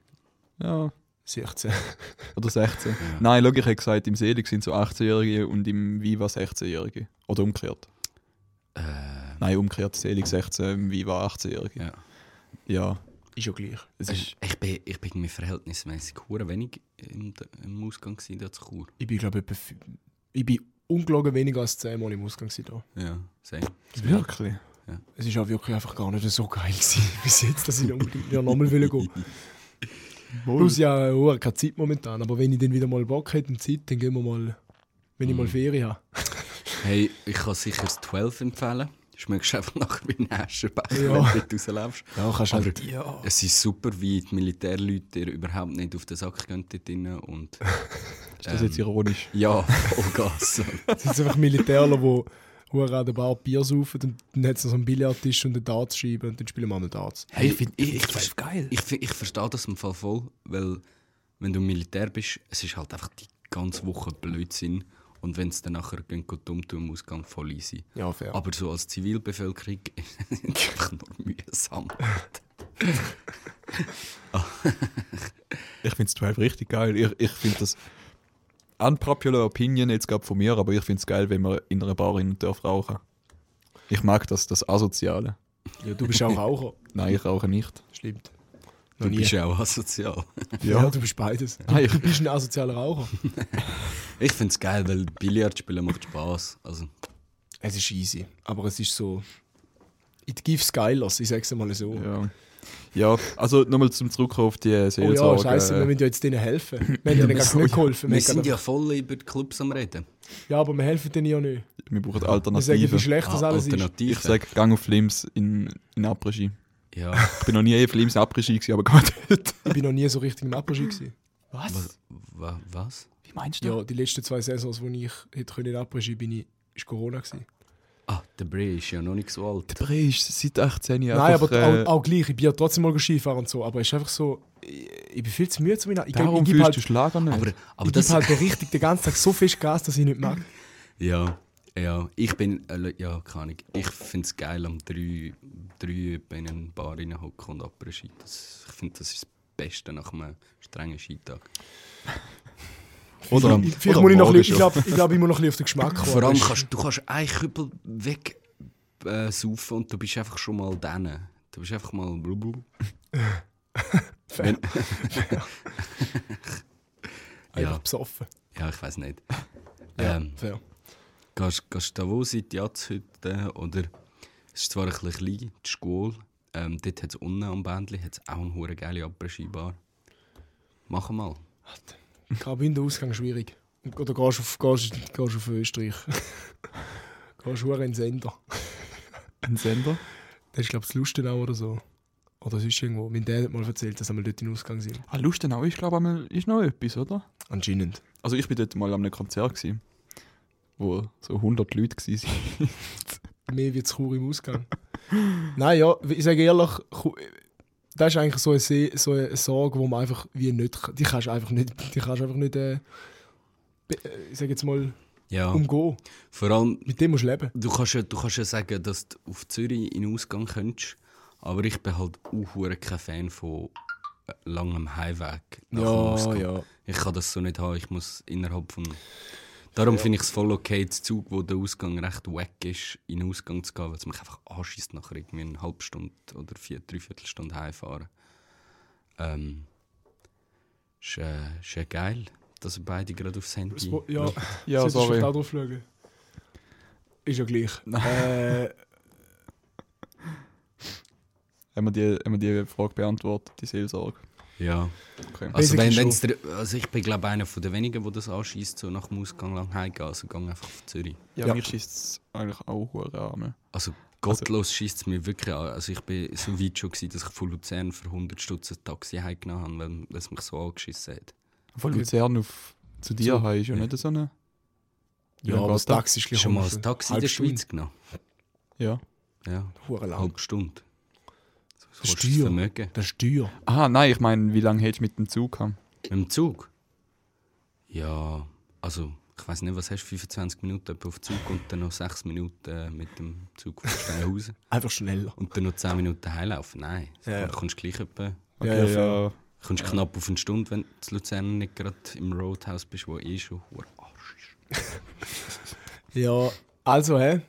Speaker 3: Ja.
Speaker 2: 16.
Speaker 3: Oder 16. Nein, schau, ich habe gesagt, im Selig sind so 18-Jährige und im Viva 16-Jährige. Oder umgekehrt. Nein, umgekehrt, Selig 16, im Viva 18-Jährige.
Speaker 4: Ja.
Speaker 3: Ja,
Speaker 2: (laughs) Ist ja gleich.
Speaker 3: es
Speaker 4: äh,
Speaker 3: ist.
Speaker 4: ich bin, ich bin mir verhältnismäßig hure wenig im, im Ausgang gewesen, da zu Chur.
Speaker 2: Ich bin, glaube ich, etwa fü- ich bin ungelogen weniger als 10 Mal im Ausgang gewesen da.
Speaker 4: Ja, same.
Speaker 3: Wirklich?
Speaker 2: Es ist auch wirklich einfach gar nicht so geil gewesen, (laughs) bis jetzt, dass ich unbedingt wieder nochmal will (laughs) gehen. Plus ja, äh, uh, keine Zeit momentan. Aber wenn ich dann wieder mal Bock hätte und Zeit, dann gehen wir mal, wenn ich mal Ferien habe.
Speaker 4: Hey, ich kann sicher das 12 empfehlen. Schmeckst einfach nachher wie ein Aschenbecher,
Speaker 2: Ja.
Speaker 4: wenn du dort rausläufst.
Speaker 2: Ja, kannst
Speaker 4: Aber
Speaker 2: halt.
Speaker 4: es ist super, wie die Militärleute dir überhaupt nicht auf den Sack gehen dort drinnen und... (laughs)
Speaker 2: Ähm.
Speaker 3: Ist das jetzt ironisch?
Speaker 4: Ja, Vollgas.
Speaker 2: Das sind einfach Militärler, die hure an der Bar Bier saufen und dann hat es noch so einen Billardtisch und eine Dartscheibe und dann spielen wir mal Darts.
Speaker 4: Hey, ich finde ich, ich, ich, geil. Ich, fi- ich verstehe das im Fall voll, weil wenn du im Militär bist, es ist halt einfach die ganze Woche Blödsinn. Und wenn es dann nachher gehen, geht dumm tun, muss ganz voll easy.
Speaker 2: Ja, fair.
Speaker 4: Aber so als Zivilbevölkerung (laughs) ist einfach nur mühsam.
Speaker 3: Ich finde es 12 richtig geil. Ich, ich finde das unpopular opinion jetzt gerade von mir, aber ich finde es geil, wenn man in einer Bar rein darf rauchen. Ich mag das, das Asoziale.
Speaker 2: ja, du bist auch Raucher.
Speaker 3: Nein, ich rauche nicht.
Speaker 2: Stimmt. Noch
Speaker 4: Du
Speaker 2: nie.
Speaker 4: bist ja auch asozial.
Speaker 2: ja. du bist beides. Du,
Speaker 3: Nein, ich-
Speaker 2: du bist ein asozialer Raucher.
Speaker 4: Ich finde es geil, weil Billard spielen macht Spass. Also,
Speaker 2: es ist easy, aber es ist so. It gives Geilers, ich sag's mal so.
Speaker 3: Ja, ja also nochmal zum Zurückkommen auf die
Speaker 2: Oh
Speaker 3: Seelsorge.
Speaker 2: ja, scheiße,
Speaker 3: äh,
Speaker 2: wir müssen ja jetzt denen helfen. Wir haben ihnen gar nicht geholfen.
Speaker 4: wir
Speaker 2: haben
Speaker 4: sind
Speaker 2: gerade-
Speaker 4: ja voll über die Clubs am Reden.
Speaker 2: ja, aber wir helfen denen ja nicht.
Speaker 3: wir brauchen
Speaker 2: Wir sagen, wie
Speaker 3: Alternativen.
Speaker 2: schlecht das
Speaker 4: Ah,
Speaker 2: alles
Speaker 3: Ich
Speaker 2: ist.
Speaker 4: Alternativen.
Speaker 3: sage, Gang auf Flims in, in Après-Ski.
Speaker 4: Ja,
Speaker 3: Ich bin noch nie Evel im Abregie gewesen, aber (laughs) gerade heute.
Speaker 2: Ich bin noch nie so richtig im Apogee gewesen.
Speaker 1: Was?
Speaker 4: was? also, wa- was?
Speaker 1: Wie meinst du?
Speaker 2: Ja, die letzten zwei Saisons, wo ich hätte können in Apogee bin, ich, ist Corona gewesen.
Speaker 4: Ah, der Brie ist ja noch nicht so alt.
Speaker 3: Der Brie ist seit 18 Jahren.
Speaker 2: Nein, aber
Speaker 3: äh,
Speaker 2: auch, auch gleich. Ich bin ja trotzdem mal Skifahren und so. Aber es ist einfach so, ich, ich bin viel zu müde zu mir. Ich, geb-
Speaker 3: darum fühlst
Speaker 2: ich gebe
Speaker 3: du
Speaker 2: halt,
Speaker 3: Schlager nicht.
Speaker 4: Aber, aber
Speaker 2: ich geb
Speaker 4: das,
Speaker 2: halt so richtig den ganzen Tag so fest Gas, dass ich nicht mag.
Speaker 4: Ja, ja. Ich bin, äh, ja, keine Ahnung. Ich finde es geil, am 3 in eine Bar reinhocken und abrennen Das Ich finde, das ist das Beste nach einem strengen Skitag.
Speaker 3: oder,
Speaker 2: Ich, vielleicht muss ich noch ein bisschen, ich glaube, ich, glaub, ich muss noch ein bisschen auf den Geschmack kommen.
Speaker 4: Vor allem
Speaker 2: Das ist-
Speaker 4: kannst du kannst einen Kübel weg äh, saufen und du bist einfach schon mal dann. Du bist einfach mal. blub. Wenn,
Speaker 2: einfach
Speaker 4: ja.
Speaker 2: besoffen.
Speaker 4: ja, ich weiß nicht.
Speaker 2: Ja,
Speaker 4: Ähm,
Speaker 2: fair.
Speaker 4: Gehst gehst du da wo seit Jahrzehnten eh, oder es ist zwar ein bisschen klein, die Schule, ähm, dort hat es unten am Bändli hat's auch eine hure geile Abregie-Bar. Mach mal.
Speaker 2: Graubünden Ausgang schwierig. Oder gehst auf, gehst, gehst auf Österreich. (laughs) gehst hure in den Sender.
Speaker 3: Ein Sender?
Speaker 2: Das ist, glaube ich, Lustenau oder so. Oder sonst irgendwo. Mein Dad hat mal erzählt, dass wir dort in den Ausgang sind.
Speaker 3: Ah, Lustenau ist, glaube ich, einmal- ist noch etwas, oder?
Speaker 2: Anscheinend.
Speaker 3: Also ich bin dort mal an einem Konzert gewesen, wo so 100 Leute waren.
Speaker 2: Mehr wie Chur im Ausgang. Nein, ja, ich sage ehrlich, Chu- das ist eigentlich so eine, See, so eine Sorge, wo man einfach wie nicht, die kannst du einfach nicht, die kannst du einfach nicht, äh, be- äh, ich sage jetzt mal,
Speaker 4: Ja,
Speaker 2: umgehen.
Speaker 4: vor allem,
Speaker 2: Mit dem musst du leben.
Speaker 4: du kannst, ja, du kannst ja sagen, dass du auf Zürich in den Ausgang könntest, aber ich bin halt auch hure kein Fan von äh, langem Heimweg nach dem Ausgang. Ich kann das so nicht haben, ich muss innerhalb von... Darum finde ich es voll okay, den Zug, wo der Ausgang recht wack ist, in den Ausgang zu gehen, weil es mich einfach anschießt, nachher irgendwie eine halbe Stunde oder vier, dreiviertel Stunde heimfahren. Ähm, ist, äh, ist ja geil, dass wir beide gerade aufs
Speaker 2: Das,
Speaker 4: Handy...
Speaker 2: Pro- ja.
Speaker 3: (laughs) Ja,
Speaker 2: Solltest du vielleicht
Speaker 3: sorry.
Speaker 2: auch drauf schauen? Ist (laughs) ja gleich. äh,
Speaker 3: Haben wir, die, haben wir die Frage beantwortet, die Seelsorge?
Speaker 4: Ja.
Speaker 3: Okay.
Speaker 4: Also, wenn,
Speaker 2: Basically
Speaker 4: wenn's der, also ich bin glaube einer von den wenigen, die das anschießt, so nach dem Ausgang lang heimgehen, also gang einfach auf Zürich.
Speaker 3: Ja,
Speaker 2: Ja.
Speaker 3: mir schießt es eigentlich auch hure an. ne?
Speaker 4: Also gottlos schießt es mir wirklich an. Also ich bin so weit schon, gewesen, dass ich von Luzern für 100 Stutz ein Taxi heimgenommen habe, weil das mich so angeschissen hat.
Speaker 3: Von Luzern auf zu dir
Speaker 4: So.
Speaker 3: so. ist ja nicht so eine... Wie
Speaker 2: ja, aber
Speaker 3: geht
Speaker 2: das
Speaker 3: das?
Speaker 2: Taxi ist gleich
Speaker 4: Schon mal
Speaker 2: ungefähr
Speaker 4: ein Taxi in
Speaker 2: halbe
Speaker 4: der
Speaker 2: Stunde.
Speaker 4: Schweiz genommen.
Speaker 3: Ja.
Speaker 4: Ja, eine
Speaker 2: Hurenlang.
Speaker 4: halbe Stunde.
Speaker 2: Das
Speaker 4: Das
Speaker 2: ist
Speaker 4: kostet das
Speaker 2: teuer.
Speaker 4: Vermögen.
Speaker 2: Das ist teuer.
Speaker 3: Aha, nein, ich meine, wie lange hättest du mit dem Zug gehabt?
Speaker 4: Mit dem Zug? Ja, also ich weiß nicht, was hast du, 25 Minuten etwa auf den Zug und dann noch 6 Minuten äh, mit dem Zug von Steinhausen
Speaker 2: Einfach schneller.
Speaker 4: und dann noch 10 Minuten heimlaufen. Nein,
Speaker 2: Ja, ja.
Speaker 4: du kommst gleich etwa,
Speaker 2: Ja, ja, fair.
Speaker 3: ja.
Speaker 4: kommst knapp auf eine Stunde, wenn du in Luzern nicht gerade im Roadhouse bist, wo eh schon hoher Arsch ist.
Speaker 2: Ja, also, hä?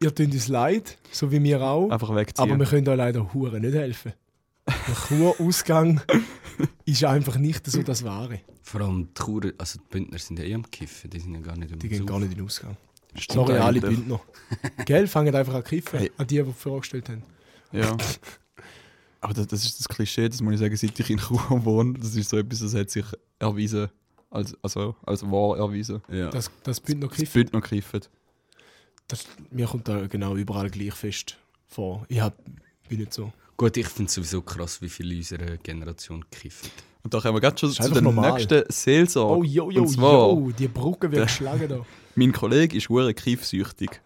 Speaker 2: Ihr tut uns leid, so wie wir auch.
Speaker 3: Einfach wegziehen.
Speaker 2: aber wir können euch leider Huren nicht helfen. Der
Speaker 3: (laughs)
Speaker 2: Churausgang ist einfach nicht so das Wahre.
Speaker 4: Vor allem die Churer, also die Bündner sind ja eh am Kiffen, die sind ja gar nicht am
Speaker 2: Die gehen
Speaker 4: Zug.
Speaker 2: gar nicht in den Ausgang.
Speaker 3: Stimmt
Speaker 2: Sorry, alle
Speaker 3: eigentlich.
Speaker 2: Bündner. Gell, fangen einfach an zu kiffen.
Speaker 3: Hey.
Speaker 2: An die, die die Frage gestellt haben.
Speaker 3: Ja. (laughs) Aber das, das ist das Klischee, das muss ich sagen, seit ich in Chur (laughs) wohne, das ist so etwas, das hat sich erwiesen, als, also als wahr erwiesen.
Speaker 4: Ja.
Speaker 2: Das, das Bündner
Speaker 3: Das
Speaker 2: Kiffen,
Speaker 3: Bündner greifen.
Speaker 2: das, mir kommt da genau überall gleich fest vor. Ich hab, bin nicht so.
Speaker 4: Gut, ich finde es sowieso krass, wie viele unserer Generation kiffen.
Speaker 3: Und da kommen wir gerade schon
Speaker 2: Ist
Speaker 3: zu
Speaker 2: einfach
Speaker 3: der
Speaker 2: normal.
Speaker 3: nächsten Seelsorge.
Speaker 2: Oh, jo, jo,
Speaker 3: Und zwar,
Speaker 2: jo, die Brücke wird geschlagen da.
Speaker 3: mein Kollege ist hure
Speaker 2: (laughs)
Speaker 3: kiffsüchtig.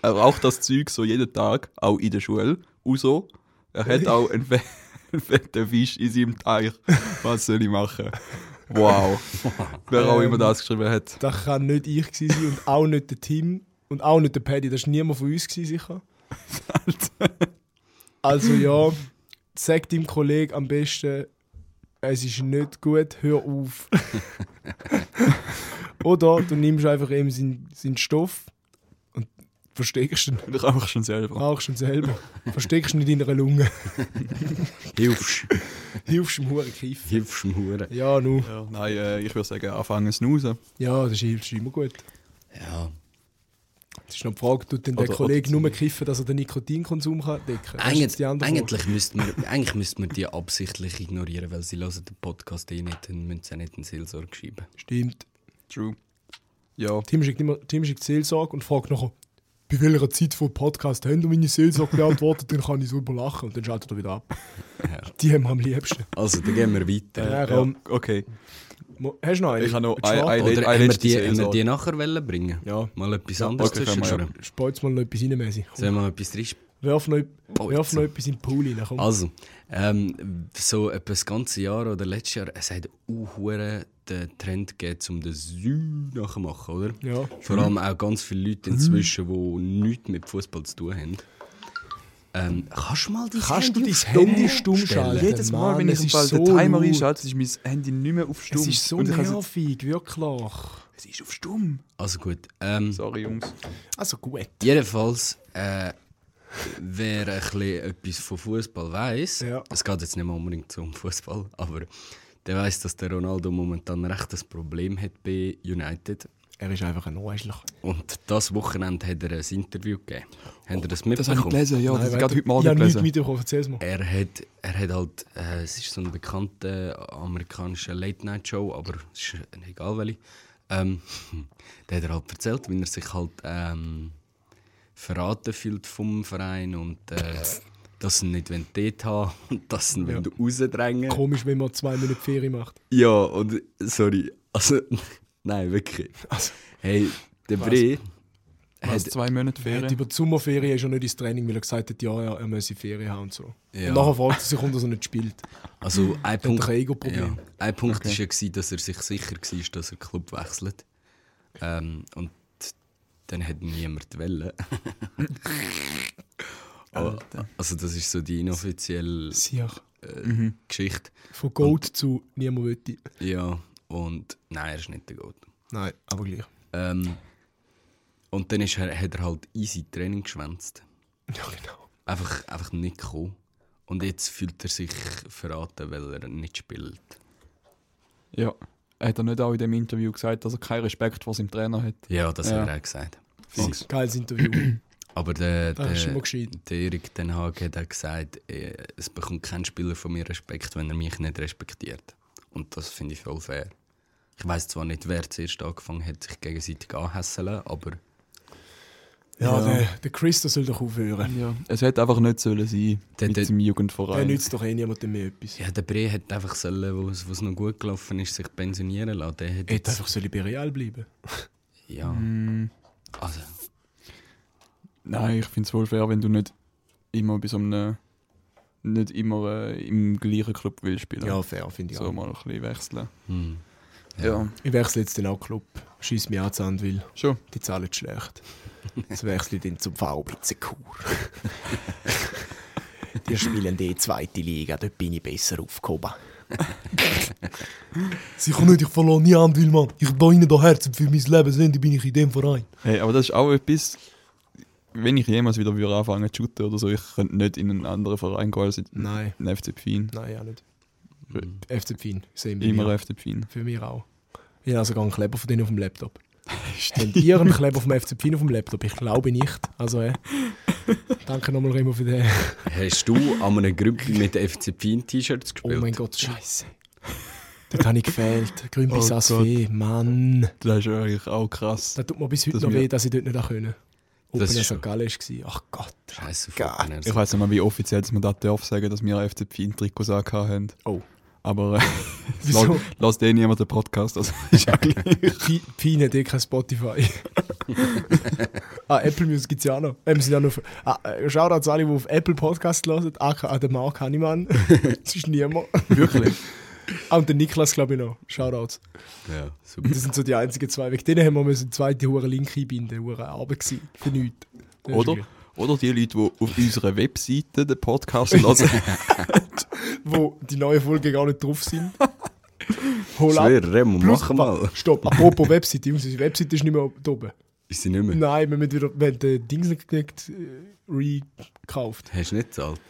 Speaker 3: er raucht das Zeug so jeden Tag, auch in der Schule. Und so. Er hat auch einen, fe (laughs) einen fetten Fisch in seinem Teich. Was soll ich machen?
Speaker 2: (laughs)
Speaker 3: Wow. Wer auch
Speaker 2: Ähm,
Speaker 3: immer das geschrieben hat.
Speaker 2: Das kann nicht ich gewesen sein und auch nicht der Tim und auch nicht der Paddy. Das war niemand von uns, gewesen, sicher. also ja, sag deinem Kollegen am besten, es ist nicht gut, hör auf. Oder du nimmst einfach eben seinen, seinen Stoff und versteckst ihn,
Speaker 3: Ich einfach schon selber.
Speaker 2: rauchst ihn selber. Versteckst ihn in deiner Lunge. (laughs)
Speaker 4: Hilfst (laughs)
Speaker 2: Hilfst dem Huren Kiffen.
Speaker 4: Hilfst dem Huren.
Speaker 2: Ja, nu.
Speaker 3: Ja, nein, äh, ich würde sagen, anfangen snoosen.
Speaker 2: Ja, das hilft immer gut.
Speaker 4: Ja.
Speaker 2: Es ist noch die Frage, tut denn der
Speaker 3: Oder-
Speaker 2: Kollege nur kiffen, dass er den Nikotinkonsum kann decken kann? Das ist jetzt
Speaker 4: Eigentlich,
Speaker 2: die andere Frage.
Speaker 4: eigentlich müsste man, eigentlich müsste man die absichtlich ignorieren, weil sie hören den Podcast eh nicht, dann müssen sie auch nicht in Seelsorge schreiben.
Speaker 2: Stimmt.
Speaker 3: True. Ja,
Speaker 2: Tim schickt immer Tim schickt Seelsorge und fragt nachher, bei welcher Zeit vom Podcast haben und meine Seelsorge beantwortet, dann kann ich so überlachen und dann schaltet er wieder ab. Die haben wir am liebsten.
Speaker 4: Also, dann gehen wir weiter.
Speaker 2: Ja, komm.
Speaker 3: Okay.
Speaker 2: Mo- Hast du noch einen?
Speaker 3: Ich habe noch
Speaker 2: Willst du
Speaker 3: ein-
Speaker 2: warten?
Speaker 3: ein-
Speaker 4: Oder haben wir
Speaker 3: letzte
Speaker 4: die, haben wir
Speaker 3: Seelsorge.
Speaker 4: die nachher wollen bringen
Speaker 2: Ja.
Speaker 4: Mal etwas anderes
Speaker 3: okay, können wir,
Speaker 4: zwischendurch.
Speaker 2: Spalt's mal noch etwas rein, Messi. Komm,
Speaker 4: Sollen wir mal etwas drin
Speaker 2: Werf noch,
Speaker 4: Boah,
Speaker 2: werf
Speaker 4: jetzt.
Speaker 2: noch etwas in den Pool rein. Komm.
Speaker 4: Also, ähm, so etwa das ganze Jahr oder letztes Jahr, es hat uhuere den Trend gegeben, um den Süd nachzumachen, oder?
Speaker 2: Ja.
Speaker 4: Vor allem auch ganz viele Leute inzwischen, die nichts mit Fußball zu tun haben. Ähm, kannst du mal dein
Speaker 2: Kannst du
Speaker 4: Handy
Speaker 2: dein
Speaker 4: auf
Speaker 2: Handy stumm
Speaker 4: stellen?
Speaker 2: schalten?
Speaker 3: Jedes Mal,
Speaker 2: Mann,
Speaker 3: wenn ich
Speaker 2: es
Speaker 3: im
Speaker 2: ist
Speaker 3: Fall
Speaker 2: so
Speaker 3: den Timer
Speaker 2: laut.
Speaker 3: einschalte, ist mein Handy nicht mehr auf Stumm.
Speaker 2: Es ist so
Speaker 3: Und ich habe
Speaker 2: nervig, wirklich.
Speaker 3: es ist auf Stumm.
Speaker 4: Also gut, ähm,
Speaker 3: Sorry, Jungs.
Speaker 2: Also gut.
Speaker 4: jedenfalls, äh, wer ein bisschen etwas von Fußball weiß,
Speaker 2: Ja.
Speaker 4: es geht jetzt nicht mehr unbedingt so um Fußball, aber der weiß, dass der Ronaldo momentan recht ein Problem hat bei United.
Speaker 2: Er ist einfach ein Arschloch.
Speaker 4: Und das Wochenende hat er ein Interview gegeben. Habt ihr das
Speaker 3: Oh, Das habe ich
Speaker 4: mitbekommen?
Speaker 3: gelesen, ja. das habe ich gerade heute Morgen
Speaker 2: ich habe nichts
Speaker 3: gelesen.
Speaker 2: mitbekommen, erzähl's mal.
Speaker 4: er hat, er hat halt, äh, es ist so eine bekannte amerikanische Late-Night-Show, aber es ist egal welche. Ähm, (laughs) der hat er halt erzählt, wie er sich halt ähm, verraten fühlt vom Verein und äh, dass sie ihn nicht dort haben (laughs) wollen und dass sie ihn wollen rausdrängen
Speaker 2: Komisch, wenn man zwei Minuten Ferien macht.
Speaker 4: Ja, und sorry, (laughs) also, nein, wirklich. Hey, der Brie
Speaker 3: Was,
Speaker 4: hat
Speaker 3: zwei Monate
Speaker 2: Er hat
Speaker 3: Ferien?
Speaker 2: über Äh, die Sommerferien ist er nicht ins Training, weil er gesagt hat, ja, er, er müsse Ferien haben und so.
Speaker 4: Ja.
Speaker 2: Und nachher fragt er sich, warum er nicht spielt.
Speaker 4: Also ein
Speaker 2: er
Speaker 4: Punkt,
Speaker 2: kein Ego-Problem.
Speaker 4: Ja, ein Punkt war ja, gewesen, dass er sich sicher war, dass er den Club wechselt. Ähm, und dann hat ihn
Speaker 3: (laughs)
Speaker 4: niemand wollen. Aber, also das ist so die inoffizielle äh,
Speaker 2: Sicher.
Speaker 3: Mhm.
Speaker 4: Geschichte.
Speaker 2: Von Gold zu niemand wollte.
Speaker 4: Ja, und nein, er ist nicht der Goat.
Speaker 2: Nein, aber gleich.
Speaker 4: Ähm, und dann ist er, hat er halt easy Training geschwänzt.
Speaker 2: Ja, genau.
Speaker 4: Einfach, einfach nicht gekommen. Und jetzt fühlt er sich verraten, weil er nicht spielt.
Speaker 3: Ja. Hat er nicht auch in dem Interview gesagt, dass er keinen Respekt vor seinem Trainer hat?
Speaker 4: Ja, das
Speaker 3: Ja.
Speaker 4: hat er auch gesagt.
Speaker 3: Fix.
Speaker 2: Geiles Interview.
Speaker 4: Aber der,
Speaker 2: Das ist
Speaker 4: der,
Speaker 2: immer gescheit.
Speaker 4: der Erik Ten Hag hat auch gesagt, eh, es bekommt kein Spieler von mir Respekt, wenn er mich nicht respektiert. Und das finde ich voll fair. Ich weiß zwar nicht, wer zuerst angefangen hat, sich gegenseitig anhässeln, aber
Speaker 2: ja,
Speaker 3: Ja.
Speaker 2: Der, der Christo soll doch aufhören.
Speaker 3: Ja. Es hätte einfach nicht sollen sein
Speaker 4: Der-
Speaker 3: mit
Speaker 4: der-
Speaker 3: dem
Speaker 2: Der
Speaker 3: Jugendverein.
Speaker 2: nützt doch eh niemandem mehr etwas.
Speaker 4: ja, der Bre hat einfach sollen, wo es wo es noch gut gelaufen ist, sich pensionieren lassen. Der hat
Speaker 2: Er hätte
Speaker 4: jetzt,
Speaker 2: einfach soll bei Real bleiben.
Speaker 4: ja. Also,
Speaker 3: Mm, Nein, ich finde es wohl fair, wenn du nicht immer bis einem nicht immer äh, im gleichen Club willst spielen.
Speaker 2: fair, finde
Speaker 3: so mal ein bisschen wechseln.
Speaker 4: hm.
Speaker 3: Ja.
Speaker 2: Ich wechsle jetzt den auch Club. Scheiss mich an zu Andwil.
Speaker 3: Schon.
Speaker 2: Die zahlen schlecht. Jetzt wechsle ich dann zum VB Zekur.
Speaker 5: Die spielen die zweite Liga, dort bin ich besser aufgehoben.
Speaker 2: Sicher nicht, ich verlor nie Andwil, Mann. Ich beine da Herzen für mein Lebensende bin ich in dem Verein.
Speaker 3: Hey, aber das ist auch etwas, wenn ich jemals wieder würde anfangen zu shooten oder so, ich könnte nicht in einen anderen Verein gehen als in
Speaker 2: Nein.
Speaker 3: den FC Pfin.
Speaker 2: Nein, auch nicht. FC Pfin, sehen wir.
Speaker 3: Immer
Speaker 2: Immer.
Speaker 3: FC Pfin.
Speaker 2: Für mich auch. Ich habe sogar einen Kleber von denen auf
Speaker 3: (laughs)
Speaker 2: dem Laptop. Habt ihr einen Kleber vom FC Pfin auf dem Laptop? Ich glaube nicht. Also, äh, danke nochmal Remo für den.
Speaker 4: Hast du an einem Gruppe mit FC Pfin T-Shirts
Speaker 2: Oh
Speaker 4: gespielt?
Speaker 2: mein Gott, Scheiße. Dort habe ich gefehlt. Grünbis
Speaker 3: Oh
Speaker 2: als
Speaker 3: Gott.
Speaker 2: Fee, Mann.
Speaker 3: Das ist eigentlich auch krass.
Speaker 2: Das tut mir bis heute
Speaker 3: Das
Speaker 2: noch
Speaker 3: mir-
Speaker 2: weh, dass ich dort nicht auch können. Open
Speaker 4: Das
Speaker 2: Air
Speaker 4: ist
Speaker 2: St. Gallen war. Ach Gott.
Speaker 4: Scheiße, fucking
Speaker 3: Ich
Speaker 4: Nerv.
Speaker 3: weiß nicht mal, wie offiziell dass man das darf sagen, dass wir FC Pfin Trikots angehabt haben.
Speaker 2: Oh.
Speaker 3: Aber äh, (laughs)
Speaker 2: Wieso?
Speaker 3: lasst eh niemand den Podcast. (laughs) Also ist ja gleich.
Speaker 2: Pi- Pine hat eh kein Spotify. ah, Apple Music gibt es ja auch noch. Ähm, sind ja noch für, ah, äh, Shoutout zu alle, die auf Apple Podcast hören. AKA der Mark Hannemann. das ist niemand.
Speaker 3: Wirklich?
Speaker 2: Ah, und der Niklas, glaube ich, noch. Shoutouts.
Speaker 4: Ja, super.
Speaker 2: Das sind so die einzigen zwei. Wegen denen haben wir müssen zweite Huren Link einbinden. Huren Arbeit gewesen. Für nichts. Das ist
Speaker 3: Oder?
Speaker 2: okay.
Speaker 3: Oder die Leute, die auf unserer Webseite den Podcast hören. also,
Speaker 2: Wo die neuen Folgen gar nicht drauf sind. Hol ab.
Speaker 4: Schwer, Remo, mach mal.
Speaker 2: Stopp, apropos Webseite. Unsere Webseite ist nicht mehr da oben.
Speaker 4: Ist sie nicht mehr?
Speaker 2: Nein, wir haben wieder wir haben den Dings nicht gekriegt, äh, rekauft.
Speaker 4: Hast du nicht gezahlt?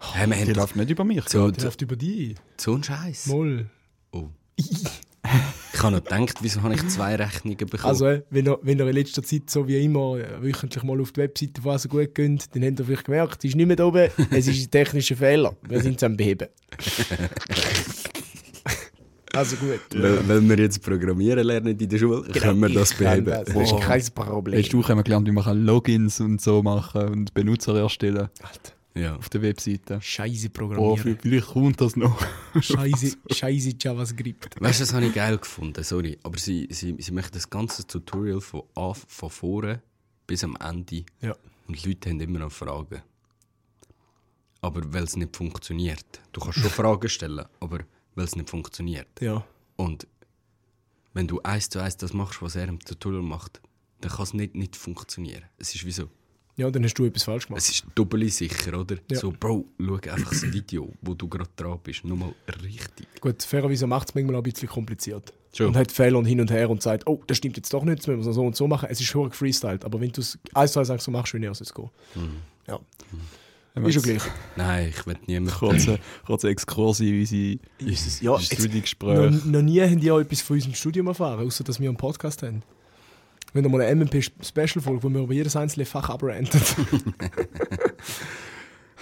Speaker 2: Oh,
Speaker 4: Hey, wir haben
Speaker 3: (laughs) Die
Speaker 4: doch-
Speaker 3: läuft nicht über mich.
Speaker 4: So,
Speaker 2: Der
Speaker 4: so,
Speaker 2: läuft über die.
Speaker 4: so ein Scheiß.
Speaker 2: Moll.
Speaker 4: Oh. Ich habe noch gedacht, wieso habe ich zwei Rechnungen bekommen?
Speaker 2: Also, äh, wenn ihr, wenn ihr in letzter Zeit so wie immer äh, wöchentlich mal auf die Webseite von «Also gut geht, dann habt ihr vielleicht gemerkt, sie ist nicht mehr da (laughs) oben, (laughs) es ist ein technischer Fehler. Wir sind es am Beheben. Also gut.
Speaker 4: Weil, weil wir jetzt programmieren lernen in der Schule, können wir Genau, das
Speaker 2: ich kann
Speaker 4: beheben.
Speaker 2: Das das ist kein Problem.
Speaker 3: Letzte Woche haben wir gelernt, wie man kann Logins und so machen und Benutzer erstellen
Speaker 2: Alter,
Speaker 4: Ja.
Speaker 3: auf der Webseite.
Speaker 2: Scheiße
Speaker 3: Oh,
Speaker 2: programmieren.
Speaker 3: vielleicht kommt das noch. (laughs)
Speaker 2: Scheiße, Scheiße JavaScript.
Speaker 4: Weißt du, das habe ich geil gefunden, sorry. Aber sie, sie, sie machen das ganze Tutorial von, Anf- von vorne bis am Ende.
Speaker 2: Ja.
Speaker 4: Und die Leute haben immer noch Fragen. Aber weil es nicht funktioniert. Du kannst schon Fragen stellen, aber weil es nicht funktioniert.
Speaker 2: Ja.
Speaker 4: Und wenn du eins zu eins das machst, was er im Tutorial macht, dann kann es nicht, nicht funktionieren. Es ist wie so.
Speaker 2: Ja, dann hast du etwas falsch gemacht.
Speaker 4: Es ist doppelt sicher, oder?
Speaker 2: Ja.
Speaker 4: So, Bro, schau einfach das Video, wo du gerade dran bist. Nochmal richtig.
Speaker 2: Gut, fairerweise macht es manchmal auch ein bisschen kompliziert.
Speaker 4: Schon.
Speaker 2: Und hat Fehler und hin und her und sagt, oh, das stimmt jetzt doch nicht, jetzt müssen wir es so und so machen. Es ist schon gefreestylt, aber wenn du es eins zu eins sagst, so machst, würde ich es jetzt gehen. Ja. Ist schon gleich.
Speaker 4: Nein, ich will niemanden.
Speaker 3: Kurzer kurze Exkurs in unsere
Speaker 2: Ja,
Speaker 3: Studiengespräche.
Speaker 2: noch, noch nie haben die auch etwas von unserem Studium erfahren, außer dass wir einen Podcast haben. Wenn da mal eine MMP-Special-Folge, wo wir über jedes einzelne Fach abranten.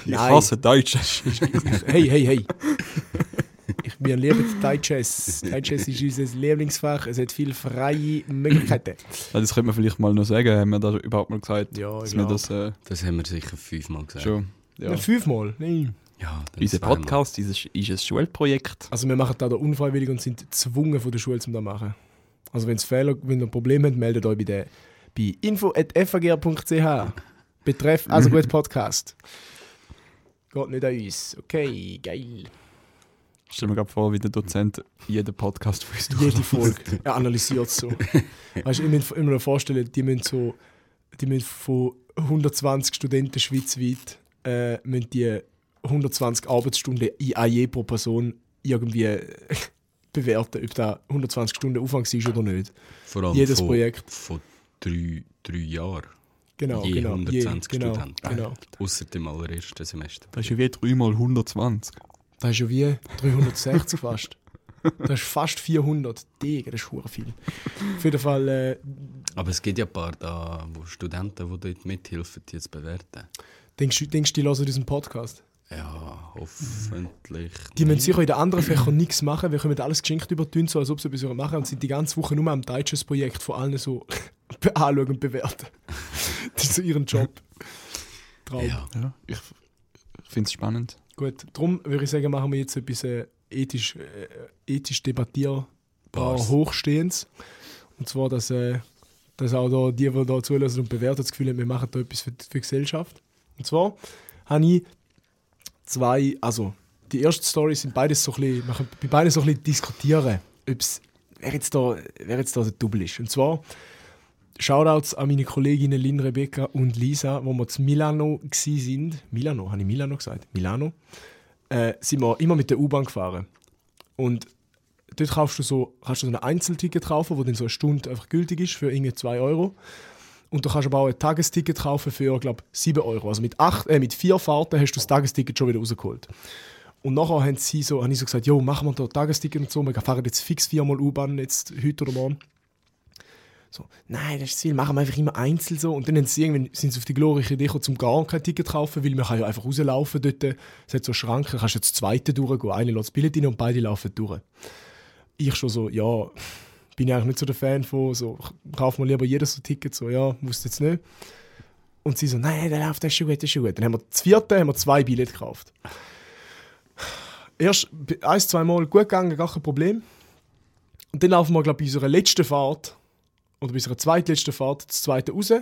Speaker 3: Ich
Speaker 2: Nein.
Speaker 3: hasse Deutsch. (laughs) Ist
Speaker 2: hey, hey, hey. Ich bin lieben Thai Chess. Thai Chess ist unser Lieblingsfach. Es hat viele freie Möglichkeiten.
Speaker 3: Ja, das könnte man vielleicht mal noch sagen. Haben wir das überhaupt mal gesagt?
Speaker 2: Ja,
Speaker 3: dass
Speaker 2: ich
Speaker 3: wir
Speaker 2: glaub.
Speaker 3: das äh,
Speaker 4: Das haben wir sicher fünfmal gesagt.
Speaker 3: schon. Ja.
Speaker 2: Ja. Fünfmal. Nein.
Speaker 4: Ja, dann
Speaker 3: Unser
Speaker 4: zweimal.
Speaker 3: Podcast ist, ist ein Schulprojekt.
Speaker 2: Also wir machen da da unfreiwillig und sind gezwungen von der Schule zum das machen. Also wenn's Fehler, wenn ihr ein Problem habt, meldet euch bei, der- bei info.fagr.ch. Betreff also gut Podcast. Geht nicht an uns. Okay, geil.
Speaker 3: Ich stelle mir gerade vor, wie der Dozent jeden Podcast von uns
Speaker 2: Jede
Speaker 3: durchlässt.
Speaker 2: Folge. Er analysiert
Speaker 4: (laughs)
Speaker 2: so. Weißt du, ich muss mir immer noch vorstellen, die müssen so, die müssen von 120 Studenten schweizweit, äh, müssen die 120 Arbeitsstunden in AJ pro Person irgendwie äh, bewerten, ob da 120 Stunden Aufwand ist oder nicht.
Speaker 4: Vor allem
Speaker 2: Jedes
Speaker 4: von,
Speaker 2: Projekt.
Speaker 4: Von drei, drei Jahren.
Speaker 2: Genau,
Speaker 4: je
Speaker 2: genau.
Speaker 4: 120
Speaker 2: je, genau,
Speaker 4: Studenten.
Speaker 2: Genau.
Speaker 4: Außer dem allerersten Semester.
Speaker 3: Das ist ja wie 3 mal 120.
Speaker 2: Das ist ja wie 360 fast. Das ist fast 400. Digga, das ist hure viel. Auf jeden Fall, äh,
Speaker 4: Aber es gibt ja ein paar da, wo Studenten, die dort mithelfen, die jetzt bewerten.
Speaker 2: denkst, du- denkst du, die hören diesen Podcast?
Speaker 4: Ja, hoffentlich.
Speaker 2: Die müssen sicher in den anderen Fächern nichts machen. Wir können alles geschenkt übertun, so als ob sie etwas machen würden und sind die ganze Woche nur am Deutsches-Projekt von allen so (laughs) be- anschauen und bewerten. (laughs) das ist so ihren Job. Traum.
Speaker 4: Ja.
Speaker 3: Ja. Ich, ich finde es spannend.
Speaker 2: Gut, darum würde ich sagen, machen wir jetzt etwas äh, ethisch, äh, ethisch debattierbar
Speaker 4: Bars.
Speaker 2: Hochstehendes. Und zwar, dass, äh, dass auch da die, die da zulassen und bewerten, das Gefühl haben, wir machen da etwas für, für die Gesellschaft. Und zwar habe ich zwei, also die ersten Storys sind beides so ein bisschen, man kann bei beiden so ein bisschen diskutieren, ob's, wer, jetzt da, wer jetzt da der Double ist. Und zwar Shoutouts an meine Kolleginnen Lin, Rebecca und Lisa, wo wir zu Milano gsi sind. Milano, habe ich Milano gesagt? Milano. Äh, sind wir immer mit der U-Bahn gefahren. Und dort kaufst du so, kannst du so ein Einzelticket kaufen, wo dann so eine Stunde einfach gültig ist für irgendwie 2 Euro. Und du kannst aber auch ein Tagesticket kaufen für, glaube 7 Euro. Also mit, acht, äh, mit vier Fahrten hast du das Tagesticket schon wieder rausgeholt. Und nachher haben sie so, haben ich so gesagt, jo, machen wir da ein Tagesticket und so, wir fahren jetzt fix viermal U-Bahn, jetzt heute oder morgen. So, nein, das ist zu viel, machen wir einfach immer einzeln so. Und dann haben sie irgendwann, sind sie auf die glorreiche Idee gekommen, zum gar kein Ticket zu kaufen, weil man kann ja einfach rauslaufen dort. Es hat so Schranken, da kannst du jetzt zweite durchgehen, eine lässt das Billett rein und beide laufen durch. Ich schon so, ja, bin ich eigentlich nicht so der Fan von, so, kauf mal lieber jedes so Ticket, so, ja, muss jetzt nicht. Und sie so, nein, der läuft, der ist schon gut, der ist schon gut. Dann haben wir das vierte, haben wir zwei Billette gekauft. Erst b- ein, zwei Mal gut gegangen, gar kein Problem. Und dann laufen wir, glaube ich, bei unserer letzten Fahrt oder bei unserer zweitletzten Fahrt, das zweite raus.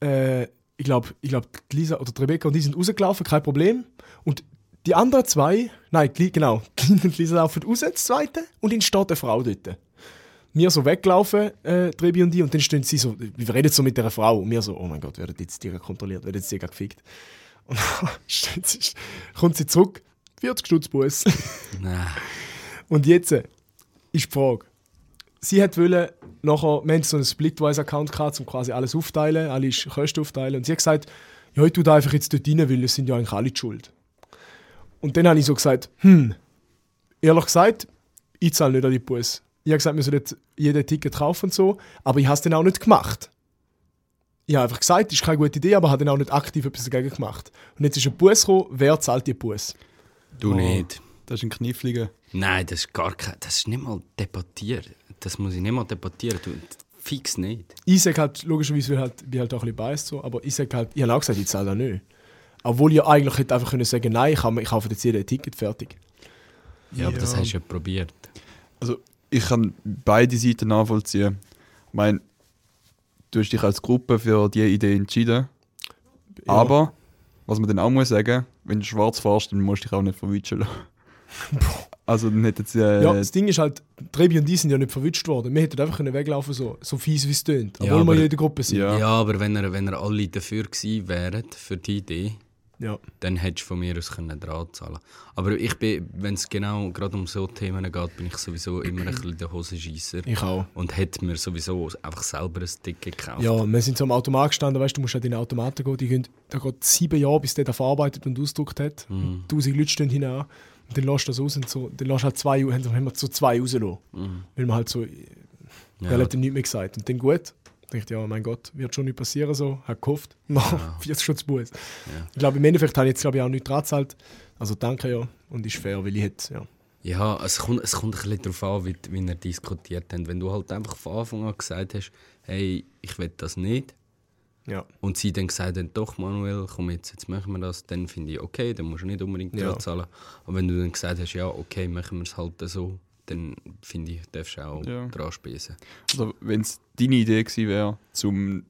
Speaker 2: Äh, ich glaube, ich glaub, die Lisa oder die Rebecca und die sind rausgelaufen, kein Problem. Und die anderen zwei, nein, die, Li- genau, (laughs) die Lina und die Lisa laufen raus, das zweite, und dann steht eine Frau dort. Wir so weggelaufen, äh, die Rebi und ich, und dann stehen sie so, wir reden so mit dieser Frau. Und wir so, oh mein Gott, werden jetzt die kontrolliert, werden jetzt die gefickt. Und dann (laughs) steht sie, kommt sie zurück, 40 Stutz Bus.
Speaker 4: Nein.
Speaker 2: Und jetzt äh, ist die Frage. Sie hat wollen, nachher, wir haben so einen Splitwise-Account gehabt, um quasi alles aufteilen, alle Sch- Kosten aufteilen. Und sie hat gesagt, ja, ich tu da einfach jetzt dort rein, weil es sind ja eigentlich alle die schuld. Und dann habe ich so gesagt, hm, ehrlich gesagt, ich zahle nicht an die Bus. Ich habe gesagt, wir sollen jetzt jedes Ticket kaufen und so, aber ich habe es dann auch nicht gemacht. Ich habe einfach gesagt, ist keine gute Idee, aber habe dann auch nicht aktiv etwas dagegen gemacht. Und jetzt ist ein Bus gekommen, wer zahlt die Bus?
Speaker 4: Du nicht.
Speaker 3: Das ist ein kniffliger.
Speaker 4: Nein, das ist gar kein. Das ist nicht mal debattieren. Das muss ich nicht mal debattieren. Du, fix nicht.
Speaker 2: Ich sage halt, logischerweise, wir halt, bin halt auch ein bisschen biased, so, aber ich sage halt, ich habe auch gesagt, ich zahle da nicht. Obwohl ich ja eigentlich hätte einfach können sagen nein, ich, kann, ich kaufe jetzt hier ein Ticket fertig.
Speaker 4: Ja, aber das hast du ja probiert.
Speaker 3: Also, ich kann beide Seiten nachvollziehen. Ich meine, du hast dich als Gruppe für diese Idee entschieden. Aber, was man dann auch muss sagen, wenn du schwarz fährst, dann musst du dich auch nicht verwitschen lassen.
Speaker 2: (laughs)
Speaker 3: Also, dann hätten sie. Äh,
Speaker 2: Ja, das Ding ist halt, Trebi und ich sind ja nicht verwünscht worden. Wir hätten einfach können weglaufen so, so fies wie es tönt.
Speaker 4: Ja,
Speaker 2: Obwohl wir
Speaker 4: aber-
Speaker 2: ja in der Gruppe sind.
Speaker 3: Ja.
Speaker 4: Ja, aber wenn er, wenn er alle dafür gewesen wären, für die Idee,
Speaker 2: Ja.
Speaker 4: dann hättest du von mir aus können dran zahlen. Aber ich bin, wenn es genau gerade um so Themen geht, bin ich sowieso immer ein bisschen der Hosenscheisser.
Speaker 2: Ich auch.
Speaker 4: Und hätte mir sowieso einfach selber ein Ticket gekauft.
Speaker 2: Ja, wir sind so am Automat gestanden, weißt du, du musst halt in den Automaten gehen. Die gehen, da geht sieben Jahre, bis der verarbeitet und ausgedruckt hat. Tausend Leute stehen hinein. Und dann lässt du das raus und so. Dann lässt du halt zwei, haben sie- haben wir so zwei rausgelassen. Weil man halt so
Speaker 4: Ja,
Speaker 2: relativ nichts mehr gesagt. Und dann gut. Dachte ich, ja, mein Gott, wird schon nicht passieren so. Hat gehofft. (laughs) Ja. 40 Schutz Bus. Ich glaube, im Endeffekt habe ich jetzt glaube ich, auch nichts dran gezahlt. Also danke ja. Und ist fair, weil ich hätte, ja.
Speaker 4: Ja, es kommt, es kommt ein bisschen darauf an, wie, wie wir diskutiert haben. Wenn du halt einfach von Anfang an gesagt hast, hey, ich will das nicht,
Speaker 2: Ja,
Speaker 4: und sie dann gesagt haben, doch Manuel, komm jetzt, jetzt machen wir das, dann finde ich, okay, dann musst du nicht unbedingt
Speaker 2: Ja.
Speaker 4: ja. zahlen. Aber wenn du dann gesagt hast, ja, okay, machen wir es halt so, dann finde ich, darfst du auch
Speaker 3: Ja.
Speaker 4: dran spesen.
Speaker 3: Also, wenn es deine Idee gewesen wäre, zum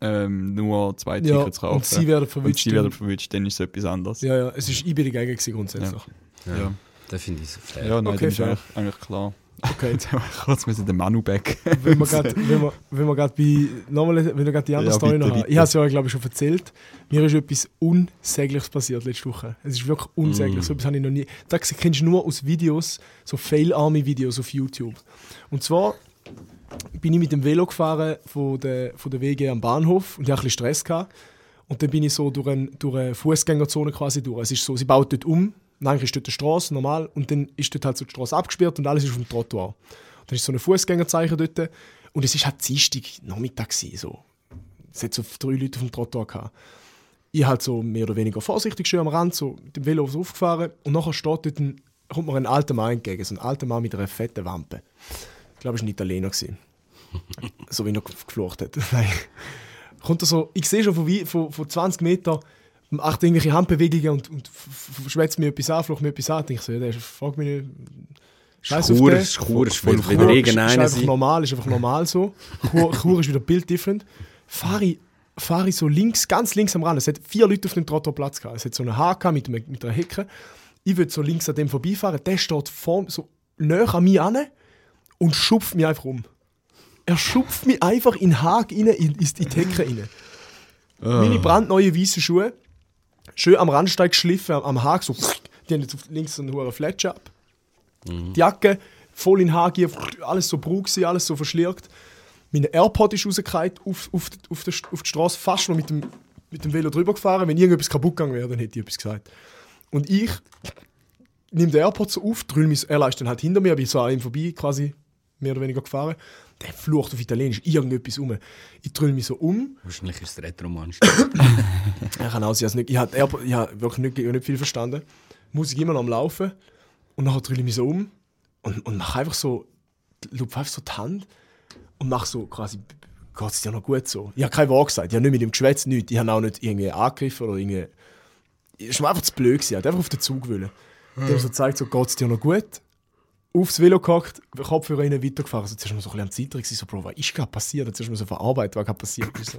Speaker 3: ähm, nur zwei
Speaker 2: ja
Speaker 3: Tickets kaufen.
Speaker 2: und sie werden
Speaker 3: und
Speaker 2: verwünscht.
Speaker 3: sie werden verwünscht, dann ist es etwas anderes.
Speaker 2: ja, ja, es ist, ich bin dagegen gewesen, grundsätzlich.
Speaker 4: Ja,
Speaker 3: Ja.
Speaker 4: Das finde ich so fair.
Speaker 3: Ja, nein,
Speaker 2: Okay,
Speaker 3: das ist
Speaker 2: fair.
Speaker 3: eigentlich, eigentlich klar.
Speaker 2: (laughs) Okay.
Speaker 3: Jetzt haben wir (laughs) kurz müssen den Manu back. (laughs)
Speaker 2: wenn wir grad- wenn wir- wenn wir gerade bei, nochmal, wenn wir gerade die andere
Speaker 3: Ja,
Speaker 2: Story
Speaker 3: bitte,
Speaker 2: noch haben.
Speaker 3: bitte.
Speaker 2: Ich habe es ja, glaube ich, schon erzählt. Mir ist etwas Unsägliches passiert letzte Woche. Es ist wirklich
Speaker 3: Mm.
Speaker 2: unsäglich. So etwas habe ich noch nie. Das kennst du nur aus Videos, so Fail-Army-Videos auf YouTube. Und zwar bin ich mit dem Velo gefahren von der, von der WG am Bahnhof und ich hatte ein bisschen Stress. Gehabt. Und dann bin ich so durch, ein, durch eine Fußgängerzone quasi durch. Es ist so, sie baut dort um. Und eigentlich ist dort eine Straße, normal. Und dann ist dort halt so die Straße abgesperrt und alles ist auf dem Trottoir. Und dann ist so ein Fußgängerzeichen dort. Und es ist halt Dienstag, Nachmittag gewesen, so. Es hat so drei Leute auf dem Trottoir gehabt. Ich halt so mehr oder weniger vorsichtig schön am Rand, so mit dem Velo so aufgefahren. Und nachher steht dort ein, kommt mir ein alter Mann entgegen. So ein alter Mann mit einer fetten Wampe. Ich glaube, es war ein Italiener. Gewesen. so wie er geflucht hat. (laughs) Nein kommt er so, ich sehe schon von, wei- von, von 20 Metern, macht irgendwelche Handbewegungen und, und f- f- schwätzt mir etwas an, flucht mir etwas an. Ich so, ja, der ist, frag mich nicht. Scheiß auf
Speaker 4: Chur
Speaker 2: den.
Speaker 4: ist Chur, ist
Speaker 3: Voll-
Speaker 4: wieder
Speaker 3: voll-
Speaker 4: wieder
Speaker 3: Chur
Speaker 2: ist
Speaker 4: irgendeiner
Speaker 2: einfach
Speaker 4: sein.
Speaker 2: normal, ist einfach normal so. Chur, Chur ist wieder Bild different. Fahre ich, fahre ich so links, ganz links am Rand. Es hat vier Leute auf dem Trottoirplatz gehabt. Es hat so einen Haken mit, einem- mit einer Hecke. Ich würde so links an dem vorbeifahren. Der steht vor, so näher an mich an und schupft mich einfach um. Er schupft mich einfach in den Haken rein, in, in die Hecke rein. Meine brandneue weiße Schuhe, schön am Randsteig geschliffen, am, am Haken so. Die haben jetzt auf links so einen hohen Fletsch ab. Die Jacke voll in Hagi, alles so braun gewesen, alles so verschlirkt. Mein AirPod ist rausgefallen, auf, auf, die- auf, der, St- auf die Straße, fast noch mit dem, mit dem Velo drüber gefahren. Wenn irgendetwas kaputt gegangen wäre, dann hätte ich etwas gesagt. Und ich nehme den AirPod so auf, drüll mich, so- er ist dann halt hinter mir, bin so an ihm vorbei quasi, mehr oder weniger gefahren. Der flucht auf Italienisch, irgendetwas rum. Ich drüll mich so um,
Speaker 4: Wahrscheinlich ist es Retromansch.
Speaker 2: ja, kann auch sein. Also nicht, ich habe hab, ich hab wirklich nicht, ich hab nicht viel verstanden. Musik immer noch am Laufen. Und nachher drehe ich mich so um und, und mache einfach so, lupfe einfach so die Hand und mache so quasi, geht es dir noch gut so? Ich habe kein Wort gesagt, ich habe nicht mit ihm geschwätzt, nichts. Ich habe auch nicht irgendwie angegriffen oder irgendwie... Es war mir einfach zu blöd, gewesen, halt einfach auf den Zug wollen. Ich habe so gezeigt, so, geht es dir noch gut? Aufs Velo gehackt, Kopfhörer rein, weitergefahren. Also, zuerst mal so ein bisschen am Zittern, gewesen, so, Bro, was ist gerade passiert? Und Zuerst mal so verarbeitet, was gerade passiert ist. So.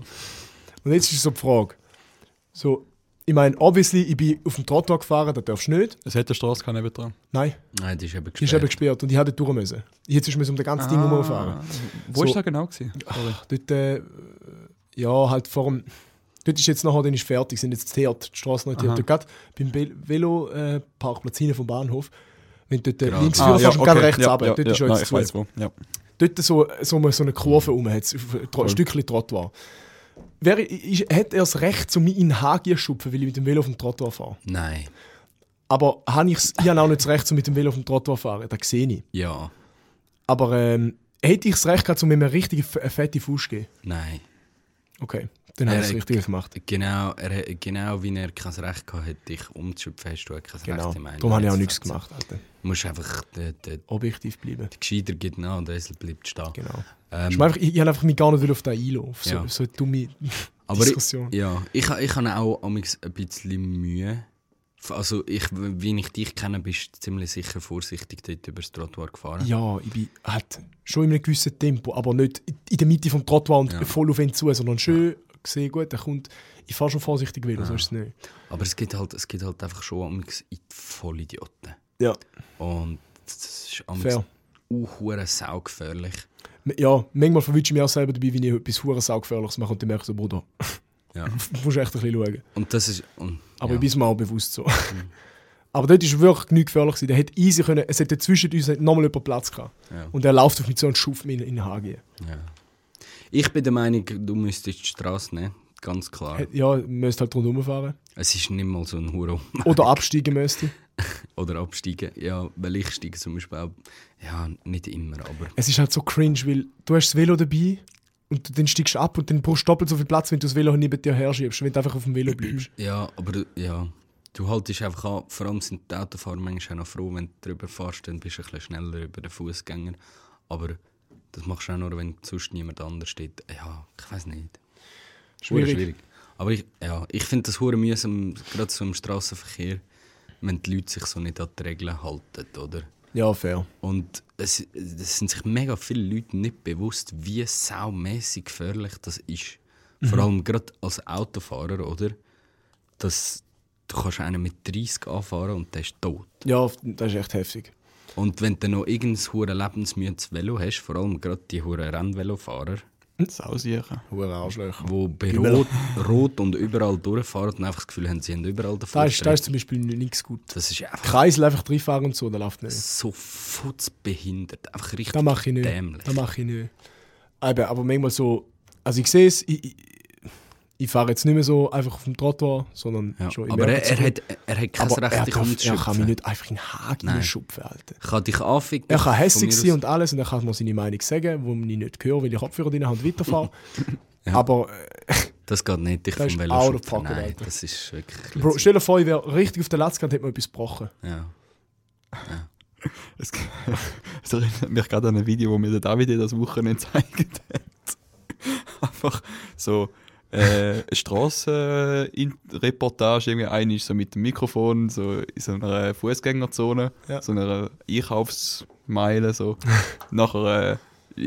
Speaker 2: Und jetzt ist so die Frage, so, ich meine, obviously, ich bin auf dem Trottoir gefahren, da darfst du nicht.
Speaker 3: Es hätte eine Straße keine dran.
Speaker 2: Nein,
Speaker 4: (coughs) Nein, das ist eben
Speaker 2: die ist
Speaker 4: gesperrt.
Speaker 2: eben gesperrt und ich hätte durch müssen. Jetzt ist um das ganze Ding herumfahren.
Speaker 3: Ah. Wo
Speaker 2: So.
Speaker 3: ist das genau gewesen?
Speaker 2: Dort, äh, ja, halt vor dem. Dort ist jetzt nachher, dann ist fertig, sind jetzt teert, die Straße noch teert. Gerade beim Velo-Parkplatz äh, Parkplatz hinten vom Bahnhof, wenn du dort äh, links führst, fährst und gerade rechts
Speaker 3: Ah, ja,
Speaker 2: runter.
Speaker 3: Ja,
Speaker 2: dort
Speaker 3: ja,
Speaker 2: ist ja
Speaker 3: nein,
Speaker 2: jetzt
Speaker 3: ich
Speaker 2: zu.
Speaker 3: weiß wo. Ja.
Speaker 2: dort so, so, mal so eine Kurve rum, hat ein Stückchen Trottoir. Wäre, ist, hat er das Recht, um mich in den Haken zu schupfen, weil ich mit dem Velo auf dem Trottoir fahre?
Speaker 4: Nein,
Speaker 2: Aber habe ich's, ich habe auch nicht das Recht, um mit dem Velo auf dem Trottoir zu fahren, das sehe ich.
Speaker 4: ja,
Speaker 2: Aber ähm, hätte ich das Recht gehabt, um mir einen richtigen f- einen fetten Fuß zu geben?
Speaker 4: nein.
Speaker 2: Okay, dann habe ich es
Speaker 4: Eric.
Speaker 2: richtig gemacht.
Speaker 4: Genau, er, hat- genau wie er kein Recht gehabt hat, dich umzuschöpfen, hast du auch kein
Speaker 2: Genau.
Speaker 4: Recht im
Speaker 2: Darum habe ich auch nichts gemacht. Alter.
Speaker 4: Du musst einfach der der
Speaker 2: Objektiv bleiben.
Speaker 4: der Gescheiter geht nach und der Esel bleibt stehen.
Speaker 2: Genau.
Speaker 4: Ähm,
Speaker 2: Ich, einfach, ich, ich habe einfach mich gar nicht auf den einlassen, auf so,
Speaker 4: Ja.
Speaker 2: auf so eine dumme
Speaker 4: (laughs) aber
Speaker 2: Diskussion.
Speaker 4: Ich, ja, ich, ha- ich habe auch amigs ein bisschen Mühe. F- Also, ich, wie ich dich kenne, bist du ziemlich sicher vorsichtig dort über das Trottoir gefahren.
Speaker 2: ja, ich bin halt schon in einem gewissen Tempo, aber nicht in der Mitte vom Trottoir und
Speaker 4: Ja.
Speaker 2: voll auf ihn zu, sondern schön gesehen, gut, der kommt. Ich fahre schon vorsichtig wieder, so ist es nicht.
Speaker 4: Aber es gibt halt, es gibt halt einfach schon amigs in die Vollidioten.
Speaker 2: Ja.
Speaker 4: Und das ist amigs
Speaker 2: Fair.
Speaker 4: auch hure saugefährlich.
Speaker 2: M- Ja, manchmal verwünsche ich mich auch selber dabei, wenn ich etwas hure saugefährliches mache und dann merke ich so, Bruder,
Speaker 4: Ja.
Speaker 2: du musst echt ein bisschen schauen.
Speaker 4: (laughs) Und das ist. Und,
Speaker 2: Aber
Speaker 4: ja. Mhm.
Speaker 2: ich bin es mir auch bewusst so. (laughs) Aber dort war wirklich nichts gefährlich. gewesen. Der hätte easy können, es hätte zwischen uns nochmal jemand Platz gehabt.
Speaker 4: Ja.
Speaker 2: Und er läuft auf mich zu und schuft mich in, in den Hagen.
Speaker 4: Ja. Ich bin der Meinung, du müsstest die Straße nehmen. Ganz klar.
Speaker 2: Ja, man müsste halt rundherum fahren.
Speaker 4: Es ist nicht mal so ein Huron.
Speaker 2: Oder absteigen müsste.
Speaker 4: Oder absteigen. Ja, weil ich steige zum Beispiel auch. Ja, nicht immer, aber.
Speaker 2: Es ist halt so cringe, weil du hast das Velo dabei und du- dann steigst du ab und dann brauchst du doppelt so viel Platz, wenn du das Velo neben dir herschiebst, wenn du einfach auf dem Velo bleibst.
Speaker 4: Ja, aber ja. Du haltest einfach an. Vor allem sind die Autofahrer manchmal auch noch froh, wenn du drüber fährst, dann bist du ein bisschen schneller über den Fußgänger. Aber das machst du auch nur, wenn sonst niemand anders steht. Ja, ich weiß nicht. (clears throat) Schwierig.
Speaker 2: Schwierig.
Speaker 4: schwierig. Aber ich, ja, ich finde das hure mühsam, gerade so im Straßenverkehr, wenn die Leute sich so nicht an die Regeln halten, oder?
Speaker 2: Ja, fair.
Speaker 4: Und es, es sind sich mega viele Leute nicht bewusst, wie saumässig gefährlich das ist.
Speaker 2: Mhm.
Speaker 4: Vor allem gerade als Autofahrer, oder? Dass du kannst einen mit 30 anfahren und der ist tot.
Speaker 2: Ja, das ist echt heftig.
Speaker 4: Und wenn du noch irgendein hure lebensmüdes Velo hast, vor allem gerade die hure Rennvelofahrer,
Speaker 3: Sausieren.
Speaker 2: Hure Arschlöcher.
Speaker 4: wo bei Rot,
Speaker 2: (laughs)
Speaker 4: Rot und überall durchfahren und einfach das Gefühl haben, sie haben überall den
Speaker 2: Das ist, das
Speaker 4: Vortritt.
Speaker 2: ist zum Beispiel nichts gut.
Speaker 4: Das ist einfach
Speaker 2: Kreisel einfach reinfahren und so, dann läuft nicht.
Speaker 4: so futzbehindert. Einfach richtig
Speaker 2: Das mache ich nicht.
Speaker 4: dämlich.
Speaker 2: Das mache ich nicht. Eben, aber manchmal so, also ich sehe es, ich, ich, ich fahre jetzt nicht mehr so einfach auf dem Trottoir, sondern
Speaker 4: Ja.
Speaker 2: schon
Speaker 4: Aber
Speaker 2: merke es
Speaker 4: er, er,
Speaker 2: gut.
Speaker 4: hat, er hat kein
Speaker 2: Aber
Speaker 4: Recht,
Speaker 2: er, darf, er
Speaker 4: dich
Speaker 2: kann
Speaker 4: umzuschöpfen.
Speaker 2: mich nicht einfach in den Haken
Speaker 4: Nein.
Speaker 2: schupfen, Alter.
Speaker 4: Ich kann dich anficken.
Speaker 2: Er kann hässlich
Speaker 4: von
Speaker 2: sein
Speaker 4: mir
Speaker 2: und alles und er kann mir seine Meinung sagen, wo ich nicht höre, weil ich Kopfhörer drin habe und weiterfahre.
Speaker 4: (laughs) Ja.
Speaker 2: Aber äh,
Speaker 4: aus- Das geht nicht, dich
Speaker 2: Das
Speaker 4: vom
Speaker 2: ist
Speaker 4: Velo
Speaker 2: out of
Speaker 4: schüpfen.
Speaker 2: pocket,
Speaker 4: Nein,
Speaker 2: Alter.
Speaker 4: das ist wirklich...
Speaker 2: Bro, stell dir vor, ich wäre richtig auf der Latz gegangen und hätte mir etwas gebrochen.
Speaker 4: ja.
Speaker 3: Es, (laughs) es erinnert mich gerade an ein Video, wo mir der David das Wochenende (laughs) gezeigt hat. Einfach so äh, eine Straßenreportage, irgendwie einer ist so mit dem Mikrofon so in so einer Fußgängerzone,
Speaker 2: Ja.
Speaker 3: so einer Einkaufsmeile so. (laughs) Nachher äh,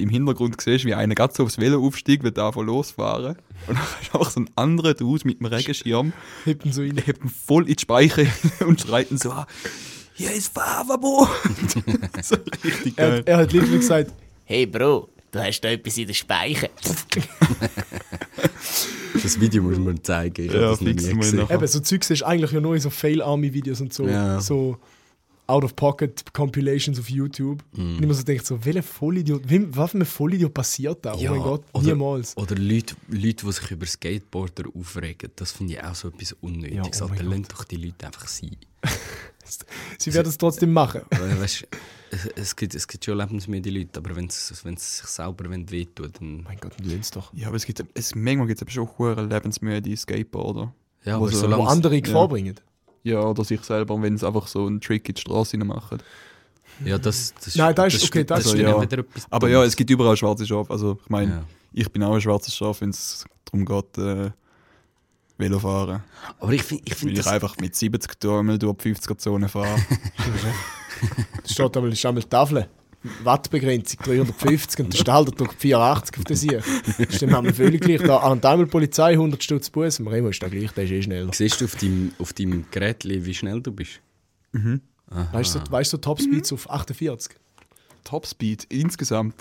Speaker 3: im Hintergrund siehst du, wie einer gerade so aufs Velo aufsteigt, will davon losfahren. Und dann (laughs) ist einfach so ein anderer draus mit dem Regenschirm
Speaker 2: Hebt ihn so
Speaker 4: (laughs)
Speaker 2: rein.
Speaker 3: der hebt ihn voll in die Speiche (laughs) und schreit ihn so an. Hier ist (laughs) Favabo! so richtig geil.
Speaker 2: Er, er hat literally gesagt,
Speaker 5: Hey Bro, du hast da etwas in der Speiche.
Speaker 4: Das Video muss man zeigen. Ich
Speaker 3: Ja,
Speaker 4: habe das noch
Speaker 3: fix
Speaker 4: nie
Speaker 3: mal
Speaker 4: gesehen.
Speaker 3: nach.
Speaker 2: Eben, so Zeugs ist eigentlich ja nur in so Fail-Army-Videos und so,
Speaker 4: Ja.
Speaker 2: so Out-of-Pocket-Compilations auf YouTube. Und ich mir so denkt, so, welcher Vollidiot, wem, was für ein Vollidiot passiert da?
Speaker 4: Ja,
Speaker 2: oh mein Gott,
Speaker 4: oder-
Speaker 2: niemals.
Speaker 4: Oder Leute, Leute, die sich über Skateboarder aufregen, das finde ich auch so etwas Unnötiges.
Speaker 2: Ja, oh mein
Speaker 4: Alter, lass doch die Leute einfach sein.
Speaker 2: Sie werden es trotzdem machen.
Speaker 4: Weil, weißt, es, es, gibt, es gibt schon lebensmüde Leute, aber wenn es wenn es sich selber wenn wehtun, dann...
Speaker 2: (laughs) mein Gott, löhnt es doch.
Speaker 3: Ja, aber es gibt, es, manchmal gibt es aber schon hohe lebensmüde Skateboarder.
Speaker 4: Ja,
Speaker 3: Wo
Speaker 4: aber
Speaker 3: so-
Speaker 2: Also, Wo
Speaker 4: solange
Speaker 2: andere in Gefahr
Speaker 3: ja.
Speaker 2: bringen.
Speaker 3: Ja, oder sich selber, wenn sie einfach so einen Trick in die Straße rein machen.
Speaker 4: Ja, das, das
Speaker 2: Nein, das ist- okay, das
Speaker 4: das
Speaker 2: ist-
Speaker 4: ist
Speaker 3: ja.
Speaker 4: dann wieder etwas
Speaker 3: Aber ja, es gibt überall schwarze Schafe. Also, ich meine,
Speaker 4: Ja.
Speaker 3: ich bin auch ein schwarzes Schaf, wenn es darum geht, äh, Velofahren.
Speaker 4: Aber ich finde ich
Speaker 3: Weil
Speaker 4: find
Speaker 3: ich
Speaker 4: das...
Speaker 3: einfach mit 70 Türmen durch die 50er-Zone (laughs) fahre.
Speaker 2: Da steht einmal, ist einmal die Tafel. Wattbegrenzung 350 und der Stahldruck 84 auf der Sieg. Ist dem einmal völlig gleich. Da, an einmal Polizei 100 Stutz Bus. Im Remo ist da gleich, der ist eh schneller.
Speaker 4: Siehst du auf deinem, auf deinem Gerät, wie schnell du bist?
Speaker 2: Weißt du, so- weißt du, so Topspeeds auf 48?
Speaker 3: Topspeed insgesamt.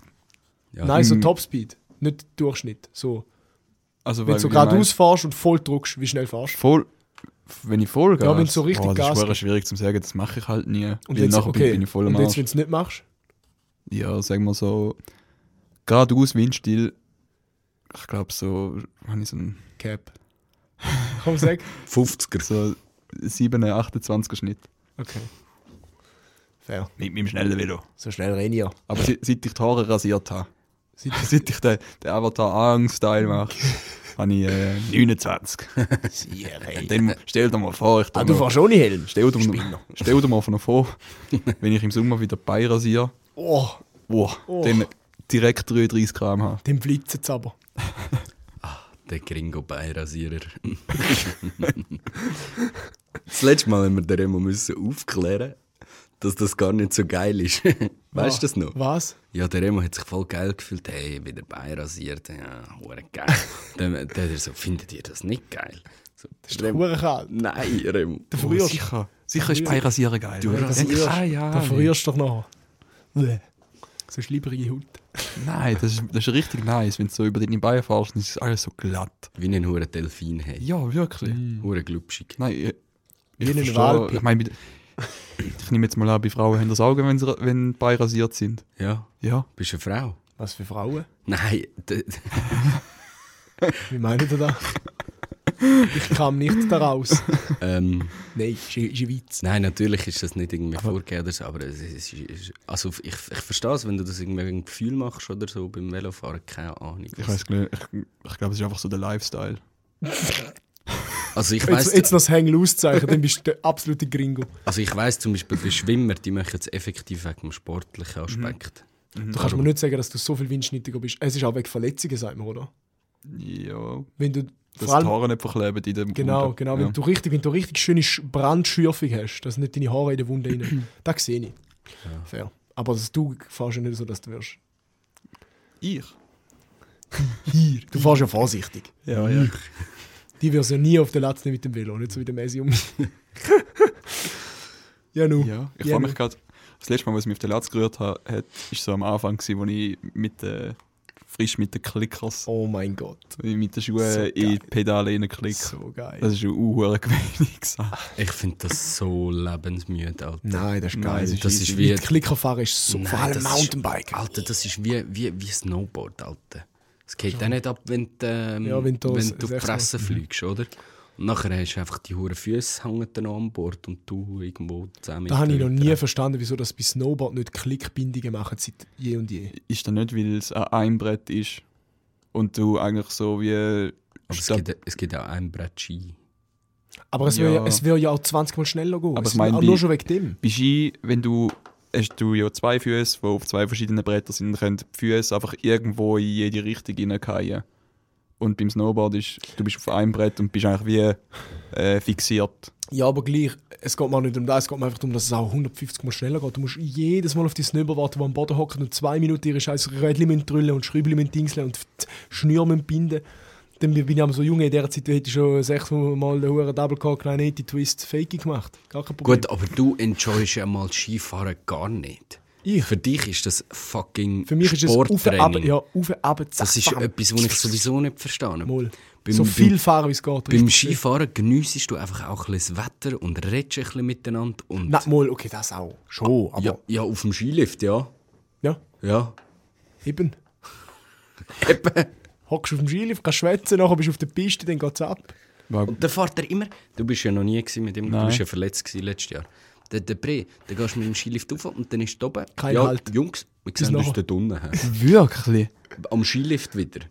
Speaker 4: Ja.
Speaker 2: Nein,
Speaker 3: Mhm.
Speaker 2: so Topspeed. Nicht Durchschnitt. So.
Speaker 3: Also,
Speaker 2: Wenn
Speaker 3: weil
Speaker 2: du so
Speaker 3: wie meinst-
Speaker 2: geradeaus fährst und voll druckst, wie schnell fährst du?
Speaker 3: voll, wenn ich voll
Speaker 2: Ja, wenn du so richtig
Speaker 3: oh, das
Speaker 2: Gas
Speaker 3: ist hure
Speaker 2: gibst.
Speaker 3: schwierig zu sagen, das mache ich halt nie.
Speaker 2: Und
Speaker 3: weil
Speaker 2: jetzt,
Speaker 3: nachher
Speaker 2: okay,
Speaker 3: bin ich voll am
Speaker 2: und jetzt,
Speaker 3: Arsch.
Speaker 2: wenn du es nicht machst,
Speaker 3: Ja, sagen wir so, geradeaus Windstill, ich glaube so, habe ich so, einen,
Speaker 2: Cap. (laughs) Komm, sag.
Speaker 4: 50er.
Speaker 3: so 7, 28er Schnitt.
Speaker 2: Okay. Fair.
Speaker 3: Mit meinem schnellen Velo.
Speaker 2: So schnell renn ich ja.
Speaker 3: Aber se- seit ich die Haare rasiert habe,
Speaker 2: (laughs) Seit- (laughs)
Speaker 3: seit ich den, den Avatar Angst-Teil mache, habe ich äh, 29. (laughs) Dann stell dir mal vor, ich tu
Speaker 2: Ah, du
Speaker 3: noch-
Speaker 2: fährst ohne Helm.
Speaker 3: stell, dir mal, stell dir mal von vor, wenn ich im Sommer wieder Bein rasiere,
Speaker 2: Oh,
Speaker 3: wow, dann direkt 33 km/h.
Speaker 2: dem blitzt es aber.
Speaker 4: Der Gringo Beirasierer. (laughs) das letzte Mal haben wir den Remo müssen aufklären, dass das gar nicht so geil ist. (laughs) weißt du das noch?
Speaker 2: Was?
Speaker 4: Ja, der Remo hat sich voll geil gefühlt. Hey, wieder beirasiert. Ja, hure geil. dann, dann hat er so, findet ihr das nicht geil? So, das ist Remo.
Speaker 2: Hure kalt.
Speaker 4: Nein, Remo.
Speaker 2: Früher,
Speaker 3: sicher. Sicher ist Bein rasieren geil. Du
Speaker 2: rasierst.
Speaker 3: ah, ja,
Speaker 2: da frierst du doch noch. Bäh. So schlieberige Haut.
Speaker 3: Nein, das ist, das ist richtig nice, wenn du so über deine Beine fährst, dann ist alles so glatt.
Speaker 4: Wie ein hure Delfin hat.
Speaker 3: Ja, wirklich.
Speaker 4: Hure glubschig.
Speaker 3: Nein, ich,
Speaker 2: Wie
Speaker 3: ich
Speaker 2: ein
Speaker 3: verstehe.
Speaker 2: Walpi.
Speaker 3: Ich meine, mit- ich nehme jetzt mal an, bei Frauen haben das Auge, wenn, sie, ra- wenn die Beine rasiert sind.
Speaker 4: Ja,
Speaker 3: Ja.
Speaker 4: bist eine Frau?
Speaker 2: Was für Frauen?
Speaker 4: Nein, d-
Speaker 2: Wie meint (laughs) ihr das? ich kam nicht daraus.
Speaker 4: ähm,
Speaker 2: Nein, ist ein ist ein Witz.
Speaker 4: Nein, natürlich ist das nicht irgendwie vorgegeben oder so, aber es ist, ist also ich, ich verstehe es, wenn du das irgendwie ein Gefühl machst oder so beim Velofahren, keine Ahnung.
Speaker 3: Ich weiß nicht, ich, ich glaube, es ist einfach so der Lifestyle.
Speaker 4: also ich
Speaker 2: Jetzt,
Speaker 4: weiß,
Speaker 2: jetzt noch das Hang loose Zeichen, dann bist du der absolute Gringo.
Speaker 4: also ich weiß zum Beispiel bei Schwimmer, die machen es effektiv wegen dem sportlichen Aspekt.
Speaker 2: Du kannst mir nicht sagen, dass du so viel windschnittiger bist. Es ist auch wegen Verletzungen, sagt man, oder?
Speaker 3: Ja.
Speaker 2: Wenn du
Speaker 3: Dass
Speaker 2: vor
Speaker 3: die
Speaker 2: allem,
Speaker 3: Haare nicht verkleben in dem
Speaker 2: genau,
Speaker 3: Wunde.
Speaker 2: genau, wenn
Speaker 3: Ja.
Speaker 2: du richtig, wenn du richtig schöne Sch- Brandschürfung hast, dass nicht deine Haare in der Wunde rein. das sehe ich. Fair. Aber dass du fährst ja nicht so, dass du wirst.
Speaker 3: Ich?
Speaker 2: Hier. Du fährst ja vorsichtig.
Speaker 3: Ja, ja.
Speaker 2: Die wirst ja nie auf der Latz nehmen mit dem Velo, nicht so wie der Messi um. ja, nu.
Speaker 3: ja. (laughs) Ich
Speaker 2: Ja,
Speaker 3: frage
Speaker 2: ne.
Speaker 3: mich gerade, das letzte Mal, was mich auf den Latz gerührt hat, hat- ist so am Anfang, gewesen, wo ich mit den, frisch mit den Klickers,
Speaker 2: Oh mein Gott.
Speaker 3: wo ich mit den Schuhen
Speaker 2: So
Speaker 3: in die
Speaker 2: geil.
Speaker 3: Pedale reinklicke.
Speaker 2: So geil.
Speaker 3: Das ist eine unhure gemeine Sache.
Speaker 4: Ich finde das so lebensmüde, Alter.
Speaker 2: Mhm. Nein, das ist
Speaker 3: Nein,
Speaker 2: geil.
Speaker 3: das ist
Speaker 4: Das ist wie,
Speaker 2: Mit Klickerfahren ist so,
Speaker 4: Nein,
Speaker 2: vor allem
Speaker 4: das ist-
Speaker 2: Mountainbike.
Speaker 4: Alter, das ist wie, wie, wie Snowboard, Alter. Es geht auch nicht ab, wenn du, ähm,
Speaker 2: Ja, wenn
Speaker 4: wenn
Speaker 2: du
Speaker 4: du,
Speaker 2: das-
Speaker 4: auf die
Speaker 2: das
Speaker 4: Fresse fliegst, oder? Und nachher hast du einfach die hohen Füße hängen dann an Bord und du irgendwo zusammen.
Speaker 2: Da habe ich noch nie verstanden, wieso das bei Snowboard nicht Klickbindungen machen seit je und je.
Speaker 3: Ist das nicht, weil es an einem Brett ist und du eigentlich so wie.
Speaker 4: Aber es
Speaker 3: statt-
Speaker 4: gibt, es gibt auch ein Brett Ski.
Speaker 2: Aber es
Speaker 3: Ja.
Speaker 2: würde ja. es würde ja auch 20 Mal schneller gehen.
Speaker 3: Aber
Speaker 2: es
Speaker 3: ich meine,
Speaker 2: auch
Speaker 3: bei-
Speaker 2: nur schon wegen dem.
Speaker 3: bei Ski, wenn du hast du ja zwei Füße, die auf zwei verschiedenen Brettern sind, dann können die Füße einfach irgendwo in jede Richtung hineingehen. Und beim Snowboard ist, du bist auf einem Brett und bist eigentlich wie äh, fixiert.
Speaker 2: Ja, aber gleich, es geht mir auch nicht um das, es geht mir einfach darum, dass es auch 150 Mal schneller geht. Du musst jedes Mal auf die Snowboard warten, die am Boden hockt und zwei Minuten ihre scheiß Rädchen müssen drüllen und Schräubchen müssen dingseln und die Schnür müssen binden. Dann bin ich am so jung, in dieser Zeit hätte ich schon 600 Mal den hohen Double Cork, nein, Twist, Faking gemacht. Gar kein Problem.
Speaker 4: Gut, aber du enjoyst ja mal Skifahren gar nicht.
Speaker 2: Ich?
Speaker 4: Für dich ist das fucking
Speaker 2: Für mich ist es auf und ab,
Speaker 4: Sporttraining.
Speaker 2: ja, auf und ab, zack,
Speaker 4: Das ist
Speaker 2: bam.
Speaker 4: etwas, was ich sowieso nicht verstehe.
Speaker 2: Mal.
Speaker 4: Beim-
Speaker 2: so
Speaker 4: beim-
Speaker 2: viel fahren, wie es geht.
Speaker 4: Beim
Speaker 2: richtig.
Speaker 4: Skifahren geniessest du einfach auch ein bisschen das Wetter und redest ein bisschen miteinander. Und
Speaker 2: Nein, mal, okay, das auch. Schon, aber.
Speaker 4: ja,
Speaker 2: Ja,
Speaker 4: ja, auf dem Skilift, ja.
Speaker 2: (laughs)
Speaker 4: Ja.
Speaker 2: eben. Eben. Hockst auf dem Skilift, kannst schwätzen, nachher bist du auf der Piste, dann geht's ab.
Speaker 4: Und dann fährt er immer. Du bist ja noch nie gewesen mit ihm, du
Speaker 3: Nein.
Speaker 4: bist ja verletzt gewesen letztes Jahr. Der, der Bre, da gehst du mit dem Skilift auf und dann ist da oben.
Speaker 2: Kein
Speaker 4: ja,
Speaker 2: Halt.
Speaker 4: Jungs, wir sehen
Speaker 2: Bis
Speaker 4: uns
Speaker 2: nachher.
Speaker 4: dort unten. hä?
Speaker 3: Wirklich?
Speaker 4: Am Skilift wieder.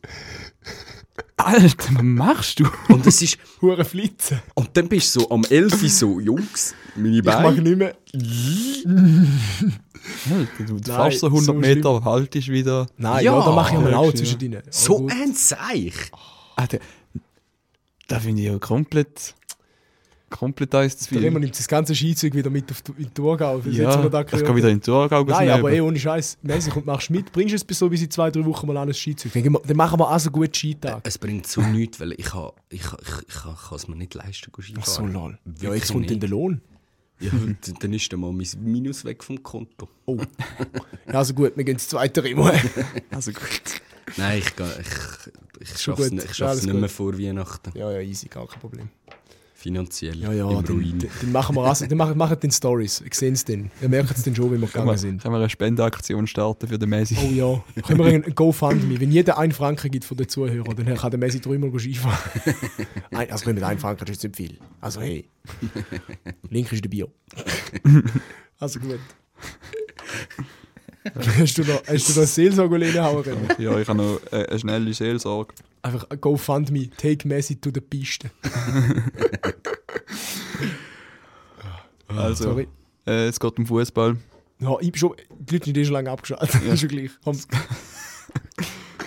Speaker 3: Alter, was machst du?
Speaker 4: Und es ist.
Speaker 2: Hure flitzen.
Speaker 4: Und dann bist du so am 11 Uhr so, Jungs, meine
Speaker 2: Ich mag
Speaker 4: Beine.
Speaker 2: nicht mehr.
Speaker 3: Alter, du
Speaker 2: Nein,
Speaker 3: fährst so 100
Speaker 2: so
Speaker 3: Meter, haltest wieder.
Speaker 2: Nein, ja,
Speaker 4: Ja.
Speaker 2: da mache ich mal auch
Speaker 3: Ja.
Speaker 2: zwischen denen. Aber
Speaker 4: So
Speaker 2: gut.
Speaker 4: ein Seich.
Speaker 3: Alter, da finde ich ja komplett. komplett eins zu
Speaker 2: Der Remo
Speaker 3: viel.
Speaker 2: nimmt das ganze Skizeug wieder mit auf die, in die Thurgau. weil jetzt haben wir
Speaker 3: Ja,
Speaker 2: da
Speaker 3: ich
Speaker 2: gehört.
Speaker 3: kann wieder in die Thurgau
Speaker 2: Nein, aber eh
Speaker 3: eh.
Speaker 2: ohne Scheiß. Messi, komm, machst mit, bringst es bis so bis in zwei, drei Wochen mal an ein Skizeug. Dann gehen wir- dann machen wir auch so einen guten Skitag.
Speaker 4: Es bringt so nichts, weil ich, ha, ich, ha- ich, ich ha- kann es mir nicht leisten, zu Skifahren.
Speaker 2: lol. Ja,
Speaker 4: Wirklich
Speaker 2: jetzt kommt dann
Speaker 4: nicht.
Speaker 2: der Lohn.
Speaker 4: Ja, und dann ist dann mal mein Minus weg vom Konto.
Speaker 2: Oh. Ja, also gut, wir gehen ins zweite Remo.
Speaker 3: Also gut.
Speaker 4: Nein, ich, geh- ich, ich schaffe
Speaker 2: gut.
Speaker 4: es nicht, ich schaff's
Speaker 2: Alles
Speaker 4: nicht
Speaker 2: gut.
Speaker 4: mehr vor Weihnachten.
Speaker 2: Ja, ja, easy, gar kein Problem.
Speaker 4: Finanziell
Speaker 2: Ja, ja,
Speaker 4: im
Speaker 2: dann,
Speaker 4: Ruin.
Speaker 2: dann dann machen wir also, dann machen, machen dann Stories. Ihr seht es dann. Ihr merkt es dann schon, wie wir
Speaker 3: Können wir,
Speaker 2: gegangen sind.
Speaker 3: können wir eine Spendeaktion starten für den Messi?
Speaker 2: Oh ja, können wir einen GoFundMe, wenn jeder einen Franken gibt von den Zuhörern, dann kann der Messi dreimal go
Speaker 4: (laughs)
Speaker 2: Skifahren. Ein, also mit einem Franken ist jetzt nicht viel. Also hey, Link ist
Speaker 4: (laughs)
Speaker 2: dabei. Also gut. hast du noch, hast du noch Seelsorge reinhauen können?
Speaker 3: Oh. Ja, ich habe noch äh, eine schnelle Seelsorge.
Speaker 2: Einfach GoFundMe, take Messi to the Piste.
Speaker 3: Also,
Speaker 2: Sorry.
Speaker 3: Äh, es geht um Fußball.
Speaker 2: Ja, ich bin schon, die Leute sind eh schon lange abgeschaltet. Ist schon gleich. Komm,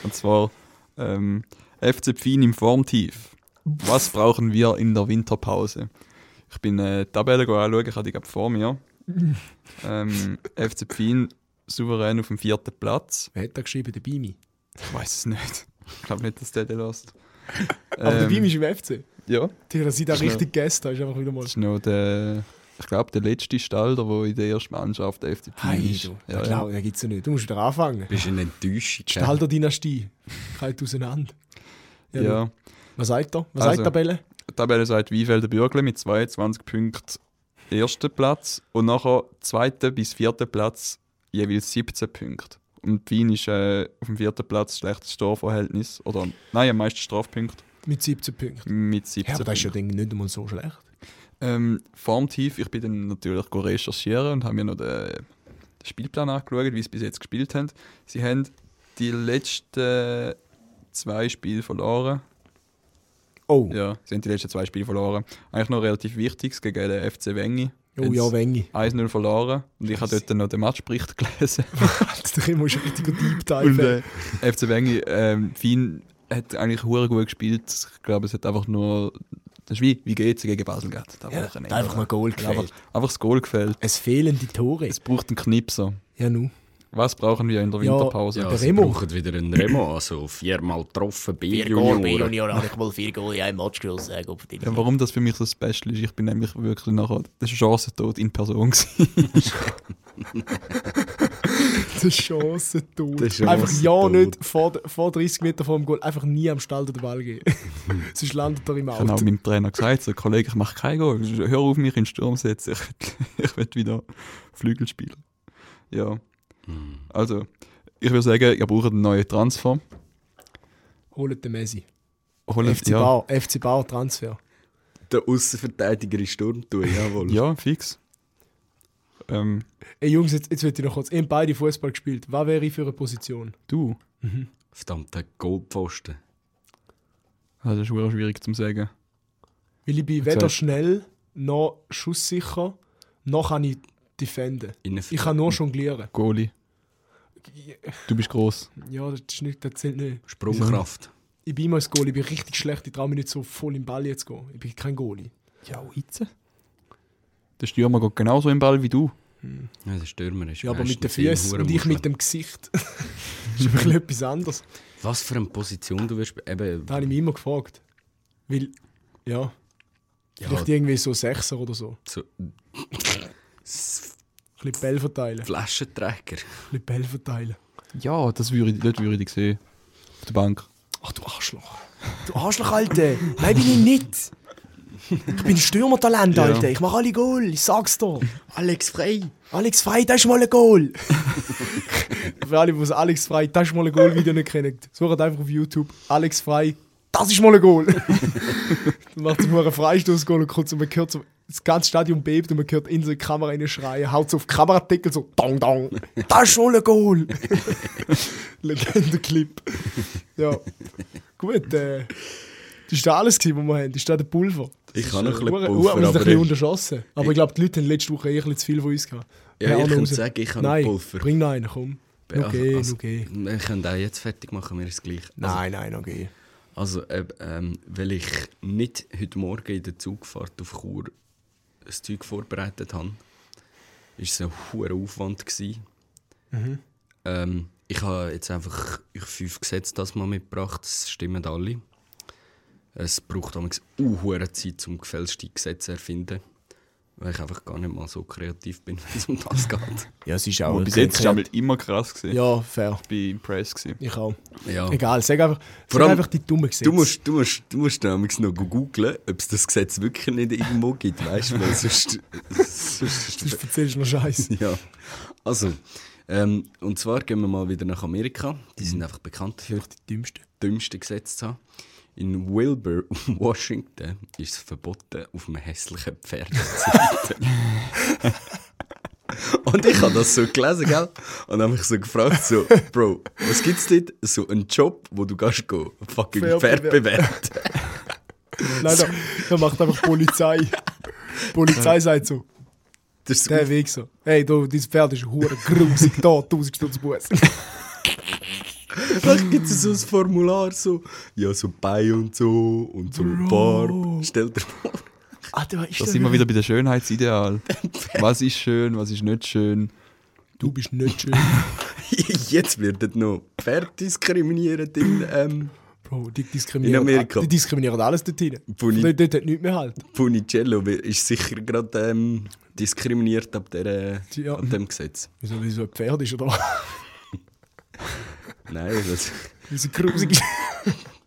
Speaker 3: Und zwar ähm, FC Pfin im Formtief. Was brauchen wir in der Winterpause? Ich bin äh, die Tabelle anschauen, ich habe die gerade vor
Speaker 2: (laughs)
Speaker 3: mir. ähm, FC Pfin souverän auf dem vierten Platz.
Speaker 2: wer hat da geschrieben? Der Bimi.
Speaker 3: Ich weiß es nicht. Ich glaube nicht, dass der den lässt.
Speaker 2: (laughs) Aber der
Speaker 3: Ähm,
Speaker 2: Bimi ist im FC.
Speaker 3: Ja,
Speaker 2: Digga, das sieht auch
Speaker 3: Schnell.
Speaker 2: richtig gestern. Ist einfach wieder mal.
Speaker 3: das ist noch der, ich glaube, der letzte Stalder, der in der ersten Mannschaft der FC Pfin
Speaker 2: Hey,
Speaker 3: ist.
Speaker 2: du.
Speaker 3: Ja,
Speaker 2: Ja,
Speaker 3: ja.
Speaker 2: klar, ja. gibt's ja nicht. Du musst wieder anfangen.
Speaker 4: Bist eine Enttäuschung. gell?
Speaker 2: Halter-Dynastie. Geht auseinander. Ja, du.
Speaker 3: ja.
Speaker 2: Was sagt er? Was
Speaker 3: Also.
Speaker 2: sagt die Tabelle?
Speaker 3: Die Tabelle sagt Wiefelder Bürgle mit 22 Punkten ersten Platz und nachher zweiter bis vierter Platz jeweils 17 Punkte. Und Wien ist äh, auf dem vierten Platz schlechtes Strafverhältnis oder nein, am meisten Strafpunkte
Speaker 2: Mit 17 Punkten.
Speaker 3: mit 17
Speaker 2: Ja, aber das ist ja
Speaker 3: Punkten.
Speaker 2: Ding nicht einmal so schlecht.
Speaker 3: Ähm, Formtief, ich bin dann natürlich go recherchieren und habe mir noch den, den Spielplan angeschaut, wie sie bis jetzt gespielt haben. Sie haben die letzten zwei Spiele verloren.
Speaker 2: Oh, (laughs)
Speaker 3: Ja, sie haben die letzten zwei Spiele verloren. Eigentlich noch relativ wichtiges gegen den FC Wengi.
Speaker 2: oh ja, Wengi.
Speaker 3: 1-0 verloren und ich habe dort noch den Matchbericht (laughs)
Speaker 2: (laughs)
Speaker 3: gelesen.
Speaker 2: Du musst richtig gut
Speaker 3: (laughs)
Speaker 2: Deep
Speaker 3: und
Speaker 2: Dive.
Speaker 3: äh, FC Wengi, ähm, Finn hat eigentlich hure gut gespielt. Ich glaube, es hat einfach nur. Das ist wie, wie geht es gegen Basel geht.
Speaker 2: Ja, hat einfach mal Goal
Speaker 3: einfach,
Speaker 2: gefällt.
Speaker 3: einfach das Goal gefällt.
Speaker 2: Es fehlen die Tore.
Speaker 3: Es braucht einen Knipser.
Speaker 2: Ja, nu.
Speaker 3: Was brauchen wir in der
Speaker 2: Ja,
Speaker 3: Winterpause?
Speaker 4: Ja,
Speaker 2: Der
Speaker 4: sie
Speaker 2: Remo.
Speaker 4: brauchen wieder einen Remo, also viermal getroffen bei Junioren.
Speaker 5: Junior habe ich mal vier Goal in einem Match geschossen. Ja, Gott verdammt.
Speaker 3: Ja, warum das für mich so special ist, ich bin nämlich wirklich nachher der Chancentod in Person gewesen.
Speaker 2: Der Chancentod.
Speaker 4: Der
Speaker 2: Einfach ja
Speaker 4: Chancentod.
Speaker 2: nicht vor, der- vor 30 Meter vor dem Goal. Einfach nie am Stall den Ball geben. (laughs) Sonst landet er im
Speaker 3: Ich habe auch
Speaker 2: Auto.
Speaker 3: meinem Trainer gesagt, so, Kollege, ich mache kein Goal. Hör auf, mich in den Sturm zu setzen. Ich will, (laughs) ich will wieder Flügel spielen. Ja. Also, ich würde sagen, ihr braucht einen neuen Transfer.
Speaker 2: Holt den Messi.
Speaker 3: Holen,
Speaker 2: FC
Speaker 3: ja,
Speaker 2: Bauer. FC Bauer Transfer.
Speaker 4: Der Außenverteidiger ist Sturm tun, jawohl.
Speaker 3: ja, fix. Ähm,
Speaker 2: Ey Jungs, jetzt, jetzt wird ich noch kurz. Ihr habt beide Fußball gespielt. Was wäre ich für eine Position?
Speaker 3: du.
Speaker 4: Verdammter Goldpfosten.
Speaker 3: Ah, Das ist wirklich schwierig zu sagen.
Speaker 2: Weil ich bin
Speaker 3: Jetzt
Speaker 2: weder
Speaker 3: weißt-
Speaker 2: schnell, noch schusssicher, noch kann ich defenden. Ich kann nur jonglieren.
Speaker 3: Goalie. Du bist gross.
Speaker 2: Ja, das, ist nicht, das zählt nicht.
Speaker 4: Sprungkraft.
Speaker 2: Ich bin immer als Goal, ich bin richtig schlecht, ich traue mich nicht so voll im Ball jetzt zu gehen. Ich bin kein Goalie.
Speaker 3: Ja, jetzt. Der Stürmer geht genauso im Ball wie du.
Speaker 4: Ja, der Stürmer ist
Speaker 2: Ja, aber mit den
Speaker 4: meistens in
Speaker 2: Füßen und ich
Speaker 4: Hurenmuscheln.
Speaker 2: mit dem Gesicht. (laughs) das ist ein bisschen etwas anderes.
Speaker 4: Was für eine Position du wirst. Eben,
Speaker 2: Da habe ich mich immer gefragt. Weil, ja,
Speaker 4: ja,
Speaker 2: vielleicht irgendwie so Sechser oder so.
Speaker 4: so,
Speaker 2: Ein bisschen Bälle verteilen. Ein
Speaker 4: Flaschenträger.
Speaker 2: bisschen Bälle verteilen.
Speaker 3: Ja, das würde ich, das würde ich sehen. Auf der Bank.
Speaker 2: Ach du Arschloch.
Speaker 5: Du Arschloch, Alter! Nein, bin ich nicht! Ich bin Stürmertalent,
Speaker 3: Ja.
Speaker 5: Alter! Ich mache alle Goal, ich sag's dir!
Speaker 4: Alex Frey.
Speaker 5: Alex Frey, das ist mal ein Goal!
Speaker 2: (laughs) Für alle, die das Alex Frei, das ist mal ein Goal-Video nicht kennen. Sucht einfach auf YouTube. Alex Frei, das ist mal ein Goal. (laughs) Dann macht sich mal einen Freistoß-Goal und kurz und man hört so, das ganze Stadion bebt und man hört in so die Kamera rein schreien, haut so auf die Kameradeckel so, dong, dong.
Speaker 5: Das ist mal
Speaker 2: (laughs)
Speaker 5: ein Goal!
Speaker 2: Legende-Clip. Ja. Gut, äh, das war alles, gewesen, was wir haben. Das ist da der Pulver.
Speaker 4: Ich kann noch ein bisschen
Speaker 2: Hure- Hure-
Speaker 4: Pulver,
Speaker 2: wir sind ein
Speaker 4: aber
Speaker 2: bisschen
Speaker 4: ich-
Speaker 2: unterschossen. Aber ich glaube, die Leute haben letzte Woche eh ein bisschen zu viel von uns gehabt.
Speaker 4: Ja,
Speaker 2: Wir
Speaker 4: ich
Speaker 2: haben
Speaker 4: kann
Speaker 2: raus.
Speaker 4: sagen, ich habe
Speaker 2: Nein,
Speaker 4: Pulver.
Speaker 2: bring noch einen, komm. Okay,
Speaker 4: also,
Speaker 2: okay.
Speaker 4: Wir können auch jetzt fertig machen, wir ist gleich.
Speaker 2: Nein, nein, okay.
Speaker 4: Also, äh, ähm, weil ich nicht heute Morgen in der Zugfahrt auf Chur ein Zeug vorbereitet habe, war es ein hoher Aufwand. Gewesen. Ähm, ich habe jetzt einfach euch fünf Gesetze das mal mitgebracht, das stimmen alle. Es braucht damals unhure Zeit, um gefälschte Gesetze zu erfinden, weil ich einfach gar nicht mal so kreativ bin, (laughs) wenn es um das geht.
Speaker 2: Ja, es ist
Speaker 3: Aber bis jetzt ist es immer krass gewesen.
Speaker 2: Ja, fair.
Speaker 3: Ich bin impressed gewesen.
Speaker 2: Ich auch.
Speaker 4: Ja.
Speaker 2: Egal, sag einfach,
Speaker 4: Vor
Speaker 2: sag
Speaker 4: allem-
Speaker 2: einfach die dummen Gesetze.
Speaker 4: Du musst, du musst, du musst nämlich noch googeln, ob es das Gesetz wirklich nicht irgendwo gibt, weißt du? weil Sonst, sonst,
Speaker 2: Sonst erzählst du noch
Speaker 4: (laughs)
Speaker 2: Scheiße.
Speaker 4: ja. Also, ähm, und zwar gehen wir mal wieder nach Amerika. Die sind einfach bekannt dafür, die
Speaker 2: Dümmste.
Speaker 4: dümmsten Gesetze zu haben. In Wilbur, (laughs) Washington, ist es verboten, auf einem hässlichen Pferd zu reiten. Und ich habe das so gelesen, gell? Und habe mich so gefragt, so, Bro, was gibt's dort? So einen Job, wo du kannst gehen, fucking
Speaker 2: Fair
Speaker 4: fair
Speaker 2: bewerten.
Speaker 4: bewerten.
Speaker 2: Nein, da, da macht einfach Polizei. Polizei sagt so,
Speaker 4: Das ist so
Speaker 2: der Weg so. Hey, du, dein Pferd ist hure grusig da, 1000 Stunden Bus.
Speaker 4: (laughs) Vielleicht gibt es so ein Formular, so, ja, so bei und so und so Barb. Stell dir vor.
Speaker 2: Alter, Ah, ist
Speaker 3: Da
Speaker 2: das
Speaker 3: sind wir wieder bei den (laughs) Schönheitsideal. Was ist schön, was ist nicht schön?
Speaker 2: Du bist nicht
Speaker 4: (laughs)
Speaker 2: schön.
Speaker 4: Jetzt wird das noch Pferd diskriminiert in ähm,
Speaker 2: Bro, die diskriminieren, Ah,
Speaker 4: In Amerika.
Speaker 2: Die diskriminieren alles dort hin.
Speaker 4: Puni-
Speaker 2: Dort, dort hat nichts mehr halt.
Speaker 4: Punicello. weil Ist sicher gerade ähm, diskriminiert ab, der,
Speaker 2: Ja.
Speaker 4: ab dem Gesetz.
Speaker 2: Wieso, wieso ein Pferd ist oder was? (laughs)
Speaker 4: Nein, das
Speaker 2: Wieso
Speaker 4: (laughs)
Speaker 2: grusig ist.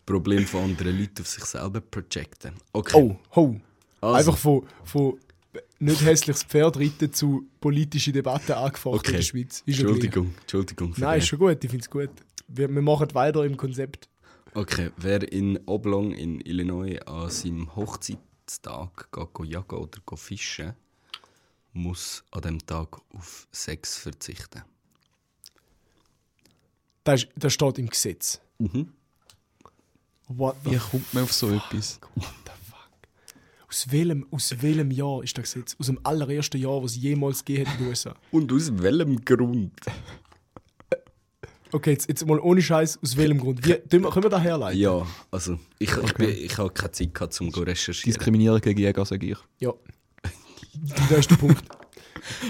Speaker 4: Problem von anderen Leuten auf sich selber projecten. Okay.
Speaker 2: Oh, ho.
Speaker 4: Also.
Speaker 2: Einfach von, von nicht hässliches Pferd reiten zu politische Debatten angefangen
Speaker 4: Okay.
Speaker 2: in der Schweiz. Ist ja
Speaker 4: Entschuldigung, Entschuldigung.
Speaker 2: gleich.
Speaker 4: für
Speaker 2: Nein, ist
Speaker 4: den.
Speaker 2: schon gut, ich finde es gut. Wir, wir machen weiter im Konzept.
Speaker 4: Okay, wer in Oblong in Illinois an seinem Hochzeitstag geht go jagen oder go fischen, muss an dem Tag auf Sex verzichten.
Speaker 2: Das, ist, das steht im Gesetz.
Speaker 4: Mhm.
Speaker 2: What the
Speaker 3: Wie kommt man auf so etwas?
Speaker 2: Aus welchem, aus welchem Jahr ist das Gesetz? Aus dem allerersten Jahr, was es jemals gegeben hat in den USA.
Speaker 4: Und aus welchem Grund?
Speaker 2: Okay, jetzt, jetzt mal ohne Scheiß, aus welchem Grund? Wie, tun wir, können wir da herleiten?
Speaker 4: Ja, also ich, ich, bin, ich habe keine Zeit gehabt, um zu recherchieren.
Speaker 3: Diskriminierung gegen Jäger, sage ich.
Speaker 2: Ja. Das ist der Punkt.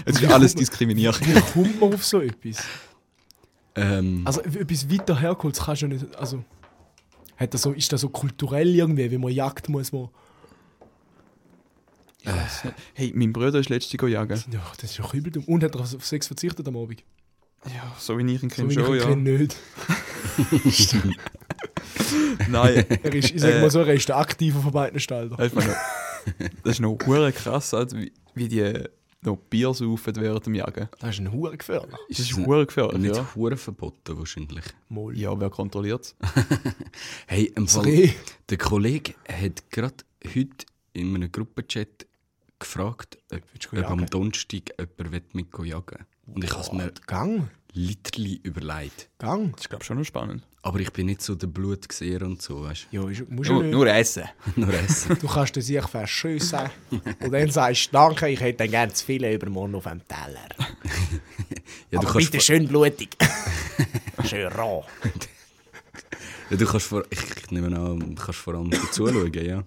Speaker 3: Es ist alles diskriminierend. (laughs)
Speaker 2: Wie kommt man auf so etwas?
Speaker 4: Ähm,
Speaker 2: Also w- etwas weiter hergeholt, das kannst du ja nicht. Also, hat das so, ist das so kulturell irgendwie, wenn man jagt, muss man.
Speaker 3: Hey, mein Bruder ist letztes Jahr jagen.
Speaker 2: Ja, das ist ja übel dumm. Und hat er auf Sex verzichtet am Abend.
Speaker 3: Ja, so wie ich ihn
Speaker 2: So
Speaker 3: kenne
Speaker 2: wie
Speaker 3: schon,
Speaker 2: ich
Speaker 3: ja.
Speaker 2: ihn kenne, nicht.
Speaker 3: (laughs) Nein, (laughs)
Speaker 2: Er ist, ich sag mal
Speaker 3: Äh.
Speaker 2: so, er ist der aktiver von beiden Stalder.
Speaker 3: ich meine, das ist noch hure krass, Alter, wie, wie die noch Bier saufen während dem Jagen.
Speaker 2: Das ist ein Huren gefährlich.
Speaker 3: Das ist hure gefährlich,
Speaker 4: nicht
Speaker 3: Also, ja.
Speaker 4: hure verboten wahrscheinlich.
Speaker 2: Mal.
Speaker 3: Ja, wer kontrolliert
Speaker 4: Hey, im Fall,
Speaker 2: Reh.
Speaker 4: der Kollege hat gerade heute in einem Gruppenchat gefragt, ob,
Speaker 2: Willst du go
Speaker 4: ob am
Speaker 2: jagen?
Speaker 4: Donnerstag jemand will mit go jagen Und ich habe es mir
Speaker 2: Gang,
Speaker 4: literally überlegt.
Speaker 2: Gang.
Speaker 3: Das ist, glaube ich, schon noch spannend.
Speaker 4: Aber ich bin nicht so der Blutgeseher und so, weißt
Speaker 2: Ja, ist, musst du
Speaker 3: Nur,
Speaker 2: nicht.
Speaker 3: nur essen.
Speaker 4: du? Nur essen.
Speaker 2: Du kannst das sich verschüssen.
Speaker 5: Und dann sagst du, danke, ich hätte gerne zu viele übermorgen auf dem Teller.
Speaker 4: Ja, du
Speaker 5: Aber
Speaker 4: kannst,
Speaker 5: bitte
Speaker 4: vor,
Speaker 5: schön
Speaker 4: (laughs)
Speaker 5: blutig. schön roh.
Speaker 4: ja, du kannst vor, ich, ich nehme an, du kannst vor allem zuschauen, ja.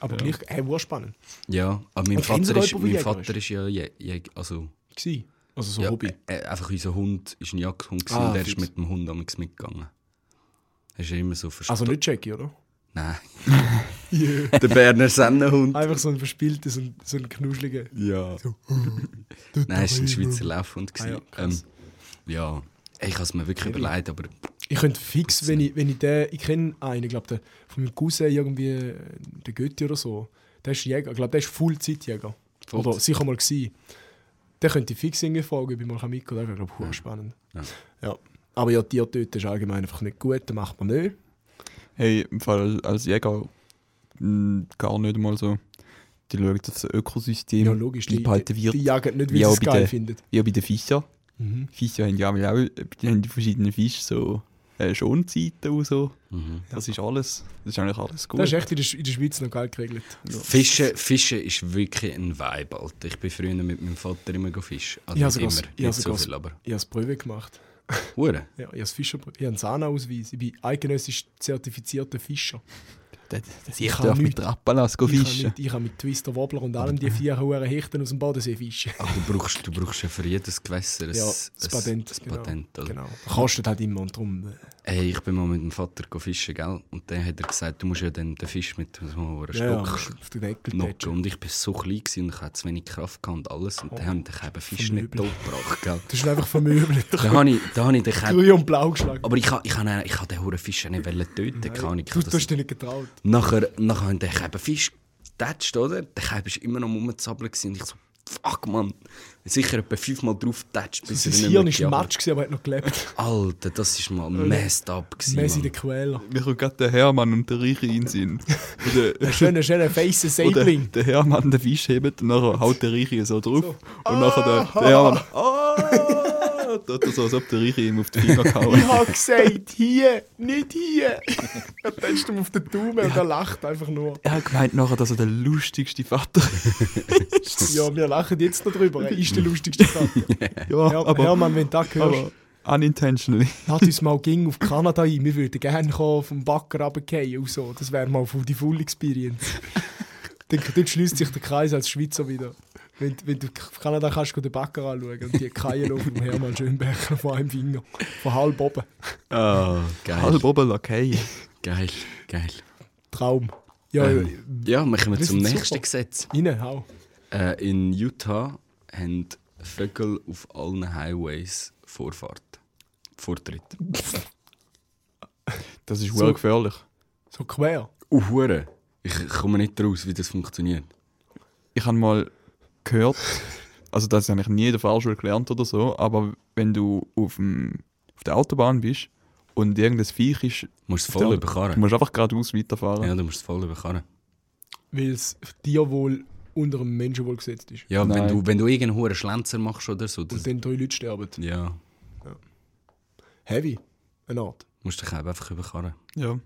Speaker 2: Aber gleich, hey, war spannend.
Speaker 4: Ja, aber mein
Speaker 2: Und kennt
Speaker 4: Vater
Speaker 2: ihr
Speaker 4: ist,
Speaker 2: jemanden, der
Speaker 4: mein
Speaker 2: Jäger
Speaker 4: Vater ist ja, Jä- Jäger, also,
Speaker 2: Gsi. Also so
Speaker 4: ja,
Speaker 2: Hobby.
Speaker 4: Äh, einfach unser Hund ist ein Jagdhund gewesen
Speaker 2: Ah,
Speaker 4: und er ist
Speaker 2: fix.
Speaker 4: mit dem Hund damals mitgegangen. Er ist ja immer so verspielt.
Speaker 2: Also nicht Jackie, oder? (laughs)
Speaker 4: Nein. der Berner Sennenhund.
Speaker 2: Einfach so ein verspielter, so ein, so ein knuscheliger.
Speaker 4: Ja. (laughs) Nein, es war ein Schweizer Laufhund.
Speaker 2: Ah ja,
Speaker 4: gewesen. ähm, ja. ich habe es mir wirklich überlegt, aber
Speaker 2: Ich könnte fix, wenn ich, wenn ich den, ich kenne einen, ich glaube, von meinem Cousin irgendwie, äh, der Götti oder so, der ist Jäger, ich glaube, der ist Fullzeitjäger.
Speaker 4: Vollzeit.
Speaker 2: Oder sicher mal gewesen. Den könnte ich fix irgendwie fragen, ob ich mal mitgehen kann. Das wäre, glaube ich, spannend.
Speaker 4: Ja.
Speaker 2: ja. Aber ja, Tiertöten ist allgemein einfach nicht gut, das macht man nicht.
Speaker 3: Hey, im Fall als Jäger mh, gar nicht mal so. Die schauen auf das Ökosystem,
Speaker 2: Ja, logisch, die,
Speaker 3: wie behalten
Speaker 2: die,
Speaker 3: wir,
Speaker 2: die jagen nicht, weil
Speaker 3: Ja,
Speaker 2: sie es
Speaker 3: bitte.
Speaker 2: geil finden.
Speaker 3: wie auch bei den Fischern. Fische haben ja auch, auch die haben die verschiedenen Fische so äh, Schonzeiten und so. Das ist alles. Das ist eigentlich alles gut.
Speaker 2: Das ist echt in der, Sch- in der Schweiz noch geil geregelt.
Speaker 4: Fischen, Fischen ist wirklich ein Vibe, Alter. Ich bin früher mit meinem Vater immer go fischen. Also
Speaker 2: Ja,
Speaker 4: nicht
Speaker 2: sogar-
Speaker 4: immer,
Speaker 2: ja,
Speaker 4: nicht so
Speaker 2: sogar-
Speaker 4: viel, aber...
Speaker 2: Ich habe das Prüfe gemacht.
Speaker 4: Hure.
Speaker 2: Ja, ich habe das Fischerausweis. Ich habe einen Sahnaausweis. Ich bin eidgenössisch zertifizierter Fischer.
Speaker 3: das, das ich
Speaker 2: kann
Speaker 3: darf
Speaker 2: nicht-
Speaker 3: mit Rappalas
Speaker 2: Ich kann,
Speaker 3: fischen.
Speaker 2: mit, ich kann mit Twister, Wobbler und allem die vier hohen Hechten aus dem Badensee fischen.
Speaker 4: Aber du brauchst, du brauchst ja für jedes Gewässer ein,
Speaker 2: Ja,
Speaker 4: ein-
Speaker 2: das Patent.
Speaker 4: ein Patent, also. oder?
Speaker 2: genau. Kostet halt immer und drum. äh,
Speaker 4: Hey, ich bin mal mit dem Vater go fischen, gell? Und dann hat er gesagt, du musst ja dann den Fisch mit so einem hohen
Speaker 2: Ja, ja,
Speaker 4: Stock
Speaker 2: auf den Deckel
Speaker 4: knocken.
Speaker 2: tätschen.
Speaker 4: Und ich war so klein gewesen, und ich hatte zu wenig Kraft gehabt und alles. Und
Speaker 2: Oh,
Speaker 4: dann haben die Käben Fisch nicht
Speaker 2: Vermöbelt.
Speaker 4: totgebracht, gell?
Speaker 2: Das ist einfach vermöbelt.
Speaker 4: Da habe ich, da habe ich den Käben...
Speaker 2: Grün und blau geschlagen.
Speaker 4: Aber ich habe ich ha, ich ha den hohen Fisch ja nicht wollen töten, keine Ahnung. ich
Speaker 2: du,
Speaker 4: hab
Speaker 2: du
Speaker 4: das-
Speaker 2: hast dich nicht getraut.
Speaker 4: Nachher, nachher haben die eben Fisch getatscht, oder? Der Käfer war immer noch rumzappeln und ich so, fuck, Mann. Sicher etwa fünfmal drauf getatscht, bis
Speaker 2: Sein
Speaker 4: er nicht
Speaker 2: Hirn
Speaker 4: mehr
Speaker 2: war
Speaker 4: gejagt
Speaker 2: matsch, gewesen, aber er hat noch gelebt.
Speaker 4: Alter, das war mal messed up. Gewesen,
Speaker 2: Messi der
Speaker 4: Mann.
Speaker 2: Queller.
Speaker 3: Wir kommen gerade der Hermann und der Reiche in (laughs) sind. (laughs)
Speaker 2: Ein schöner, schöner face
Speaker 3: Der, (laughs)
Speaker 2: Saibling.
Speaker 3: der Hermann den Fisch hebt und nachher haut der Reiche so drauf. Und nachher der, der Hermann. Ah! Tut er so, als ob der Reiche ihm auf die (laughs) Finger gehauen
Speaker 2: Oh, Ich habe gesagt, hier, nicht hier. Er tätscht ihm auf den Daumen und er lacht einfach nur.
Speaker 3: Er hat gemeint nachher, dass er der lustigste Vater ist.
Speaker 2: Ja, wir lachen jetzt noch drüber. Er ist der lustigste Vater.
Speaker 3: Ja,
Speaker 2: Her
Speaker 3: aber,
Speaker 2: Hermann, wenn du das hörst,
Speaker 3: aber unintentionally.
Speaker 2: lad uns mal ging auf Kanada ein. Wir würden gerne kommen, vom Backer runtergehen und so. Das wäre mal voll die Full Experience. Dann, dort schließt sich der Kreis als Schweizer wieder. Wenn, wenn du auf Kanada kannst, kannst du den Backer anschauen und die Kreien laufen vom Hermann Schönbecher (laughs) von einem Finger. Von halb oben.
Speaker 4: Ah, geil,
Speaker 3: Halb oben Lakai.
Speaker 4: geil, geil.
Speaker 2: Traum. Ja,
Speaker 4: Ähm, ja, wir kommen
Speaker 2: das
Speaker 4: zum
Speaker 2: ist
Speaker 4: nächsten
Speaker 2: super.
Speaker 4: Gesetz.
Speaker 2: rein, hau.
Speaker 4: Äh, in Utah haben Vögel auf allen Highways Vorfahrt. Vortritt.
Speaker 3: Das ist wohl gefährlich.
Speaker 2: So quer.
Speaker 4: Uh, Hure. Ich komme nicht raus, wie das funktioniert.
Speaker 3: ich habe mal gehört, also das habe ich nie in der Fahrschule gelernt oder so, aber wenn du auf, dem, auf der Autobahn bist und irgendein Viech ist,
Speaker 4: Du musst es voll
Speaker 3: Ja. du
Speaker 4: überkarren.
Speaker 3: musst einfach geradeaus weiterfahren.
Speaker 4: Ah, Ja, du musst es voll überkarren.
Speaker 2: Weil es dir wohl unter dem Menschenwohl gesetzt ist.
Speaker 4: Ja, wenn
Speaker 3: Nein.
Speaker 4: du, wenn du irgendeinen hohen Schlenzer machst oder so, das,
Speaker 2: Und dann drei Leute sterben.
Speaker 4: ja,
Speaker 2: Heavy. Eine Art.
Speaker 4: musst dich eben einfach überkarren.
Speaker 3: Ja.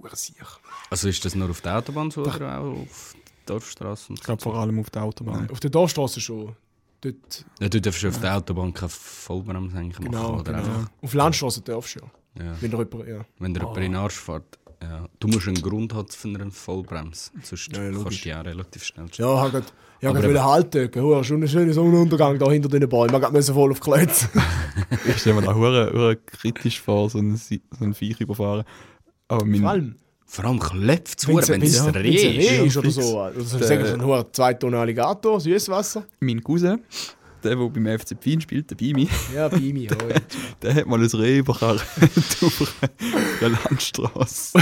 Speaker 2: Hursier.
Speaker 4: Also ist das nur auf der Autobahn so oder auch auf Dorfstraßen?
Speaker 3: Ich glaube vor allem auf der Autobahn.
Speaker 2: Auf der Dorfstraße schon. Dort,
Speaker 4: Ja, du darfst auf der Autobahn keine Vollbremse eigentlich machen.
Speaker 2: genau,
Speaker 4: oder
Speaker 2: genau.
Speaker 4: Einfach,
Speaker 2: Auf Landstraße darfst du ja.
Speaker 4: ja.
Speaker 2: Wenn du jemand, ja.
Speaker 4: Wenn der jemand
Speaker 2: Oh.
Speaker 4: in den Arsch fährt, ja. du musst einen Grund haben für eine Vollbremse. Sonst
Speaker 2: Ja, ja,
Speaker 4: kannst
Speaker 2: logisch.
Speaker 4: du ja relativ schnell
Speaker 2: Ja, ich hab grad- ich hab
Speaker 4: Aber
Speaker 2: grad wollte halten. Huere, schon ein schöner Sonnenuntergang da hinter den Bäumen. Ich musste voll auf die Klötze.
Speaker 3: Ich stelle mir da hure- hure kritisch vor, so ein, Si- so ein Viech überfahren. Aber
Speaker 2: Vor
Speaker 3: mein,
Speaker 2: allem,
Speaker 4: Vor allem klopft es,
Speaker 2: wenn's-
Speaker 4: wenn
Speaker 2: wenn's-
Speaker 4: es der
Speaker 2: wenn's ein
Speaker 4: Reh ist.
Speaker 2: Reh ist oder
Speaker 3: fix.
Speaker 2: so. Also,
Speaker 3: Der-
Speaker 2: sagen so ein Huere, zwei Tonnen Alligator, Süßwasser.
Speaker 3: mein Cousin, der, der beim FC Pfin spielt, der Bimi,
Speaker 2: Ja, bei mir. ja.
Speaker 3: (laughs) der hat mal ein Reh überfahren (laughs) auf der Landstraße.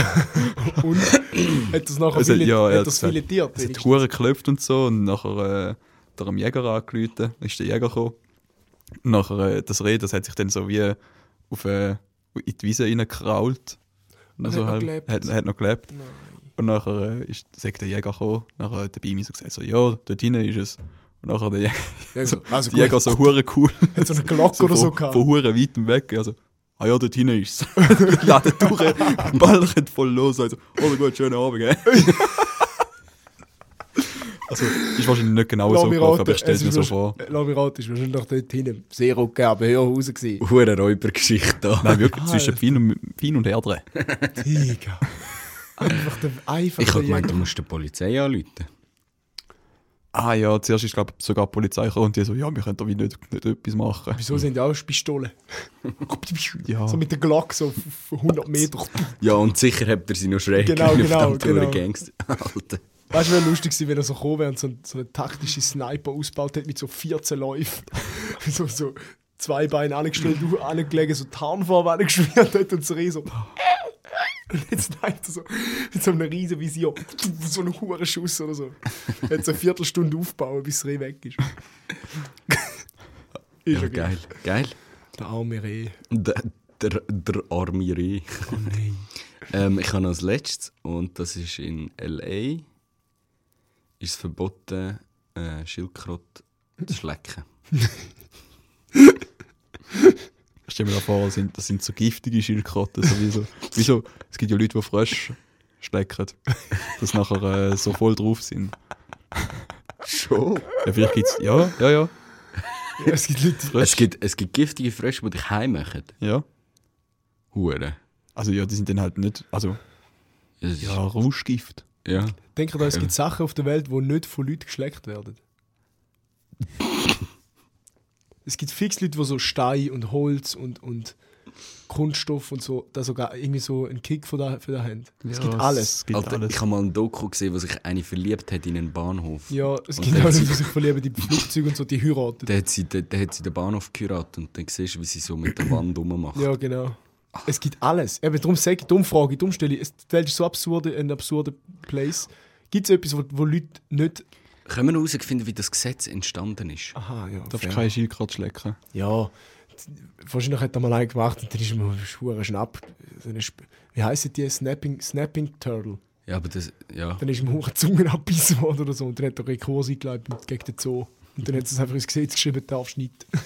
Speaker 2: Und hat das nachher
Speaker 3: Also,
Speaker 2: filet,
Speaker 3: ja,
Speaker 2: hat
Speaker 3: ja,
Speaker 2: das
Speaker 3: das hat-
Speaker 2: filetiert.
Speaker 3: Es hat
Speaker 2: wenigstens?
Speaker 3: Huren geklopft und so und nachher äh, hat er am Jäger angerufen, ist der Jäger gekommen. Und nachher äh, das Reh, das hat sich dann so wie auf, äh, in die Wiese reingekrault. Und
Speaker 2: Und
Speaker 3: so
Speaker 2: hat noch
Speaker 3: halb-
Speaker 2: gelebt.
Speaker 3: Hat, hat noch gelebt. Und nachher äh, ist, sagt der Jäger gekommen, nachher hat der Bimi so gesagt, so, ja, dort hinten ist es. Und nachher der Jäger,
Speaker 2: (laughs) Also, also
Speaker 3: der Jäger
Speaker 2: gut,
Speaker 3: so hure cool,
Speaker 2: hat so eine Glocke
Speaker 3: so
Speaker 2: oder so
Speaker 3: von,
Speaker 2: gehabt.
Speaker 3: von hure weitem weg, also, ah ja, dort hinten (laughs) ist es. Laden durch, ballert voll los, also, oh gut, schönen Abend, (laughs) gell. also, ist wahrscheinlich nicht genau
Speaker 2: Lass
Speaker 3: so
Speaker 2: mich
Speaker 3: gelaufen,
Speaker 2: raten,
Speaker 3: aber ich stelle
Speaker 2: es
Speaker 3: mir
Speaker 2: ist
Speaker 3: so
Speaker 2: wahrsch-
Speaker 3: vor.
Speaker 2: äh, Lass mich raten, ist wahrscheinlich noch dort hinten sehr okay, aber höher raus gewesen.
Speaker 4: Hure Räubergeschichte da.
Speaker 3: Nein, wirklich, zwischen Fein und, Fein und Erdre.
Speaker 2: Tiger. Einfach der einfach
Speaker 4: Ich habe
Speaker 2: der
Speaker 4: gemeint,
Speaker 2: Jäger.
Speaker 4: du musst der Polizei anrufen.
Speaker 3: Ah ja, zuerst ist, glaube ich, sogar die Polizei gekommen und die so, ja, wir können da wie nicht, nicht etwas machen.
Speaker 2: Wieso sind ja auch (laughs) Pistolen?
Speaker 3: Ja.
Speaker 2: So mit der Glock so auf- auf 100 Meter.
Speaker 4: Ja, und sicher habt ihr sie noch schräg
Speaker 2: Genau,
Speaker 4: gegeben
Speaker 2: genau,
Speaker 4: auf dem
Speaker 2: genau.
Speaker 4: Tour Gangster. Alter.
Speaker 2: Weißt du, wäre lustig gewesen, wenn er so gekommen wäre und so, so einen taktischen Sniper ausgebaut hätte mit so 14 Läufen. (laughs) so, so zwei Beine angestellt, angelegt, so die Tarnform angeschmiert hätte und so riesen so. (laughs) Und jetzt sniper so mit so einem riesen Visier, so einen hohen Schuss oder so. Jetzt eine Viertelstunde aufbauen, bis das Reh weg ist. (laughs) ist
Speaker 4: Ja, geil. Geil.
Speaker 2: Der arme Reh.
Speaker 4: Der, der, der arme Reh.
Speaker 2: Oh
Speaker 4: ähm, ich habe noch als letztes, und das ist in L.A. ist es verboten, äh, Schildkröte zu schlecken.
Speaker 3: Ich stelle mir da vor, das sind, das sind so giftige Schildkröten. So wie so, wie so, es gibt ja Leute, die Frösche schlecken, dass nachher äh, so voll drauf sind.
Speaker 4: Schon?
Speaker 3: Ja, vielleicht gibt es, ja, ja, ja,
Speaker 2: Ja, es gibt Leute,
Speaker 4: Es gibt, es gibt giftige Frösche, die dich heimmachen.
Speaker 3: ja.
Speaker 4: Hure.
Speaker 3: Also ja, die sind dann halt nicht, also
Speaker 4: Das ist-
Speaker 3: ja, Rauschgift.
Speaker 4: ja.
Speaker 2: denken da, es gibt Sachen auf der Welt, die nicht von Leuten geschleckt werden. es gibt fix Leute, die so Stein und Holz und, und Kunststoff und so, da sogar irgendwie so einen Kick von da, für da haben. es gibt alles.
Speaker 3: Es gibt
Speaker 4: Alter,
Speaker 3: alles.
Speaker 4: ich habe mal ein Doku gesehen, wo sich eine verliebt hat in einen Bahnhof.
Speaker 2: Ja, es
Speaker 4: Und
Speaker 2: gibt
Speaker 4: dann
Speaker 2: auch Leute,
Speaker 4: sie-
Speaker 2: die sich verlieben, die Flugzeuge und so, die heiraten.
Speaker 4: Der hat sie, der, der hat sie den Bahnhof geheiratet und dann siehst du, wie sie so mit der Wand rummacht.
Speaker 2: Ja, genau. Es gibt alles. Eben, darum sage ich, darum frage ich, darum stelle ich. Es, die Welt ist so absurde, ein absurder Place. Gibt es etwas, wo, wo Leute nicht
Speaker 4: Können wir noch herausfinden, wie das Gesetz entstanden ist?
Speaker 2: Aha, ja.
Speaker 3: Du darfst
Speaker 2: fair.
Speaker 3: keine Schildkröte schlecken.
Speaker 2: Ja, d- wahrscheinlich hat er mal einen gemacht und dann ist mir schwurer Schnapp. so eine Sp- Wie heißen die? Snapping, Snapping Turtle.
Speaker 4: Ja, aber das. Ja.
Speaker 2: Dann ist ihm hoch die (laughs) Zunge abgebissen worden oder so und dann hat er einen Kurs eingeleitet mit- gegen den Zoo. Und dann hat sie es einfach ins Gesetz geschrieben, darfst nicht. (laughs)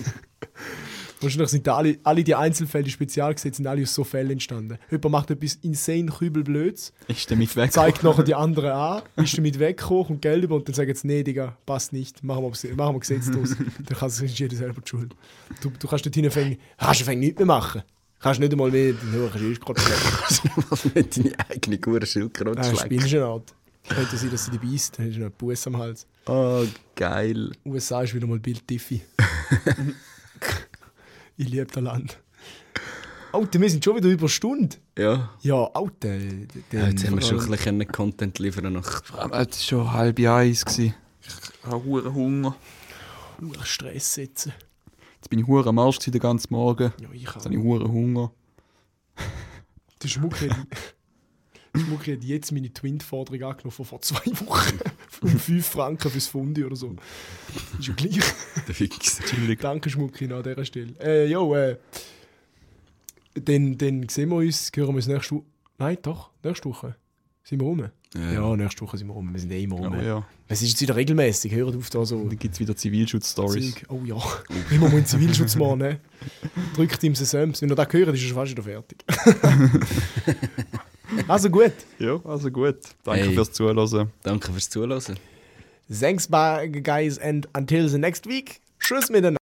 Speaker 2: wahrscheinlich sind da alle, alle die Einzelfälle, die Spezialgesetze, sind alle aus so Fällen entstanden. Jemand macht etwas insane Kübelblöds,
Speaker 3: Ist damit weg.
Speaker 2: zeigt nachher die anderen an, ist damit weggekommen, kommt Geld über und dann sagen sie, nee, Digga, passt nicht, machen wir, Gesetz- machen wir Gesetz draus. dann kann sich jeder selber die Schuld. Du, du kannst dort hinfangen, kannst du nichts mehr machen. Kannst nicht einmal mehr, du kannst erst
Speaker 4: (laughs)
Speaker 2: gerade schlecht.
Speaker 4: Was mit deine eigene gute Schildkröte
Speaker 2: Nein,
Speaker 4: schlägt.
Speaker 2: spinnst du eine Art. Könnte sein, dass sie die beißt, dann hast du noch einen Bus am Hals.
Speaker 4: Oh, geil.
Speaker 2: USA ist wieder mal Bild
Speaker 4: (laughs)
Speaker 2: Tiffy. ich liebe das Land. Alter, wir sind schon wieder über eine Stunde.
Speaker 4: Ja.
Speaker 2: Ja, Alter.
Speaker 4: ja jetzt haben wir schon ein bisschen Content liefern nach
Speaker 3: Aber das war schon halb eins. gewesen. Ich habe hohen Hunger.
Speaker 2: schon Stress setzen.
Speaker 3: Jetzt bin ich hure am Arsch gewesen den ganzen Morgen.
Speaker 2: Ja, ich
Speaker 3: Jetzt
Speaker 2: kann.
Speaker 3: habe ich hure Hunger.
Speaker 2: Der Schmuck hat, (laughs) der Schmuck hat jetzt meine Twin-Forderung angenommen von vor zwei Wochen. (laughs) Um 5 Franken fürs Fundi oder so. Ist ja gleich.
Speaker 4: der Fix.
Speaker 2: Danke, Schmucki, an dieser Stelle. Äh, jo, äh. Dann, dann sehen wir uns, hören wir uns nächste Woche. Nein, doch, nächste Woche. Sind wir rum?
Speaker 4: Ja.
Speaker 2: Ja, nächste Woche sind wir rum. Wir sind eh immer rum.
Speaker 3: Ja, ja.
Speaker 2: Es ist jetzt wieder regelmäßig. Hört auf da so.
Speaker 3: Dann gibt es wieder Zivilschutz-Stories.
Speaker 2: Zeug. Oh ja. (laughs) Immer mal einen Zivilschutz machen. Ne? Drückt ihm seine Sams. Wenn ihr das hört, ist er schon fast wieder fertig. (laughs) also gut.
Speaker 3: Ja, also gut. Danke
Speaker 4: Hey.
Speaker 3: fürs Zuhören.
Speaker 4: Danke fürs Zuhören.
Speaker 2: Thanks, bye, guys, and until the next week. Tschüss miteinander.